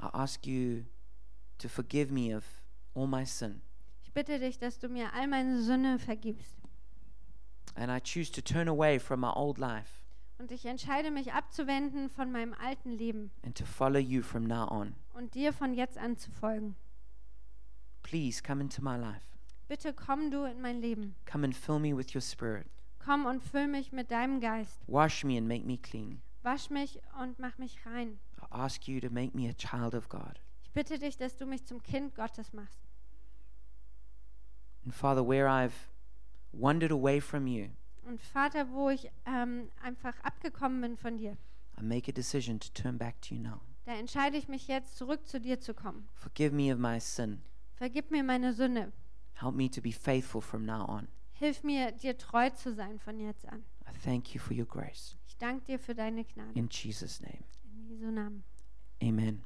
S1: I ask you to forgive me of all my sin.
S2: Ich bitte dich, dass du mir all meine Sünde vergibst.
S1: and I choose to turn away from my old life
S2: Und ich entscheide mich abzuwenden von meinem alten Leben
S1: and to follow you from now on.
S2: und dir von jetzt an zu folgen.
S1: Please come into my life.
S2: Bitte komm du in mein Leben.
S1: Come and fill me with your spirit.
S2: Komm und füll mich mit deinem Geist.
S1: Wash me and make me clean.
S2: Wasch mich und mach mich rein.
S1: I ask you to make me a child of God.
S2: Ich bitte dich, dass du mich zum Kind Gottes machst.
S1: And Father, where I've wandered away from you,
S2: Und Vater, wo ich ähm, einfach abgekommen bin von dir,
S1: I make a decision to turn back to you now.
S2: da entscheide ich mich jetzt, zurück zu dir zu kommen.
S1: Forgive me of my sin.
S2: Vergib mir meine Sünde.
S1: Help me to be faithful from now on.
S2: Hilf mir, dir treu zu sein von jetzt an.
S1: I thank you for your grace.
S2: Ich danke dir für deine Gnade.
S1: In Jesus' name,
S2: In Jesu Namen.
S1: amen.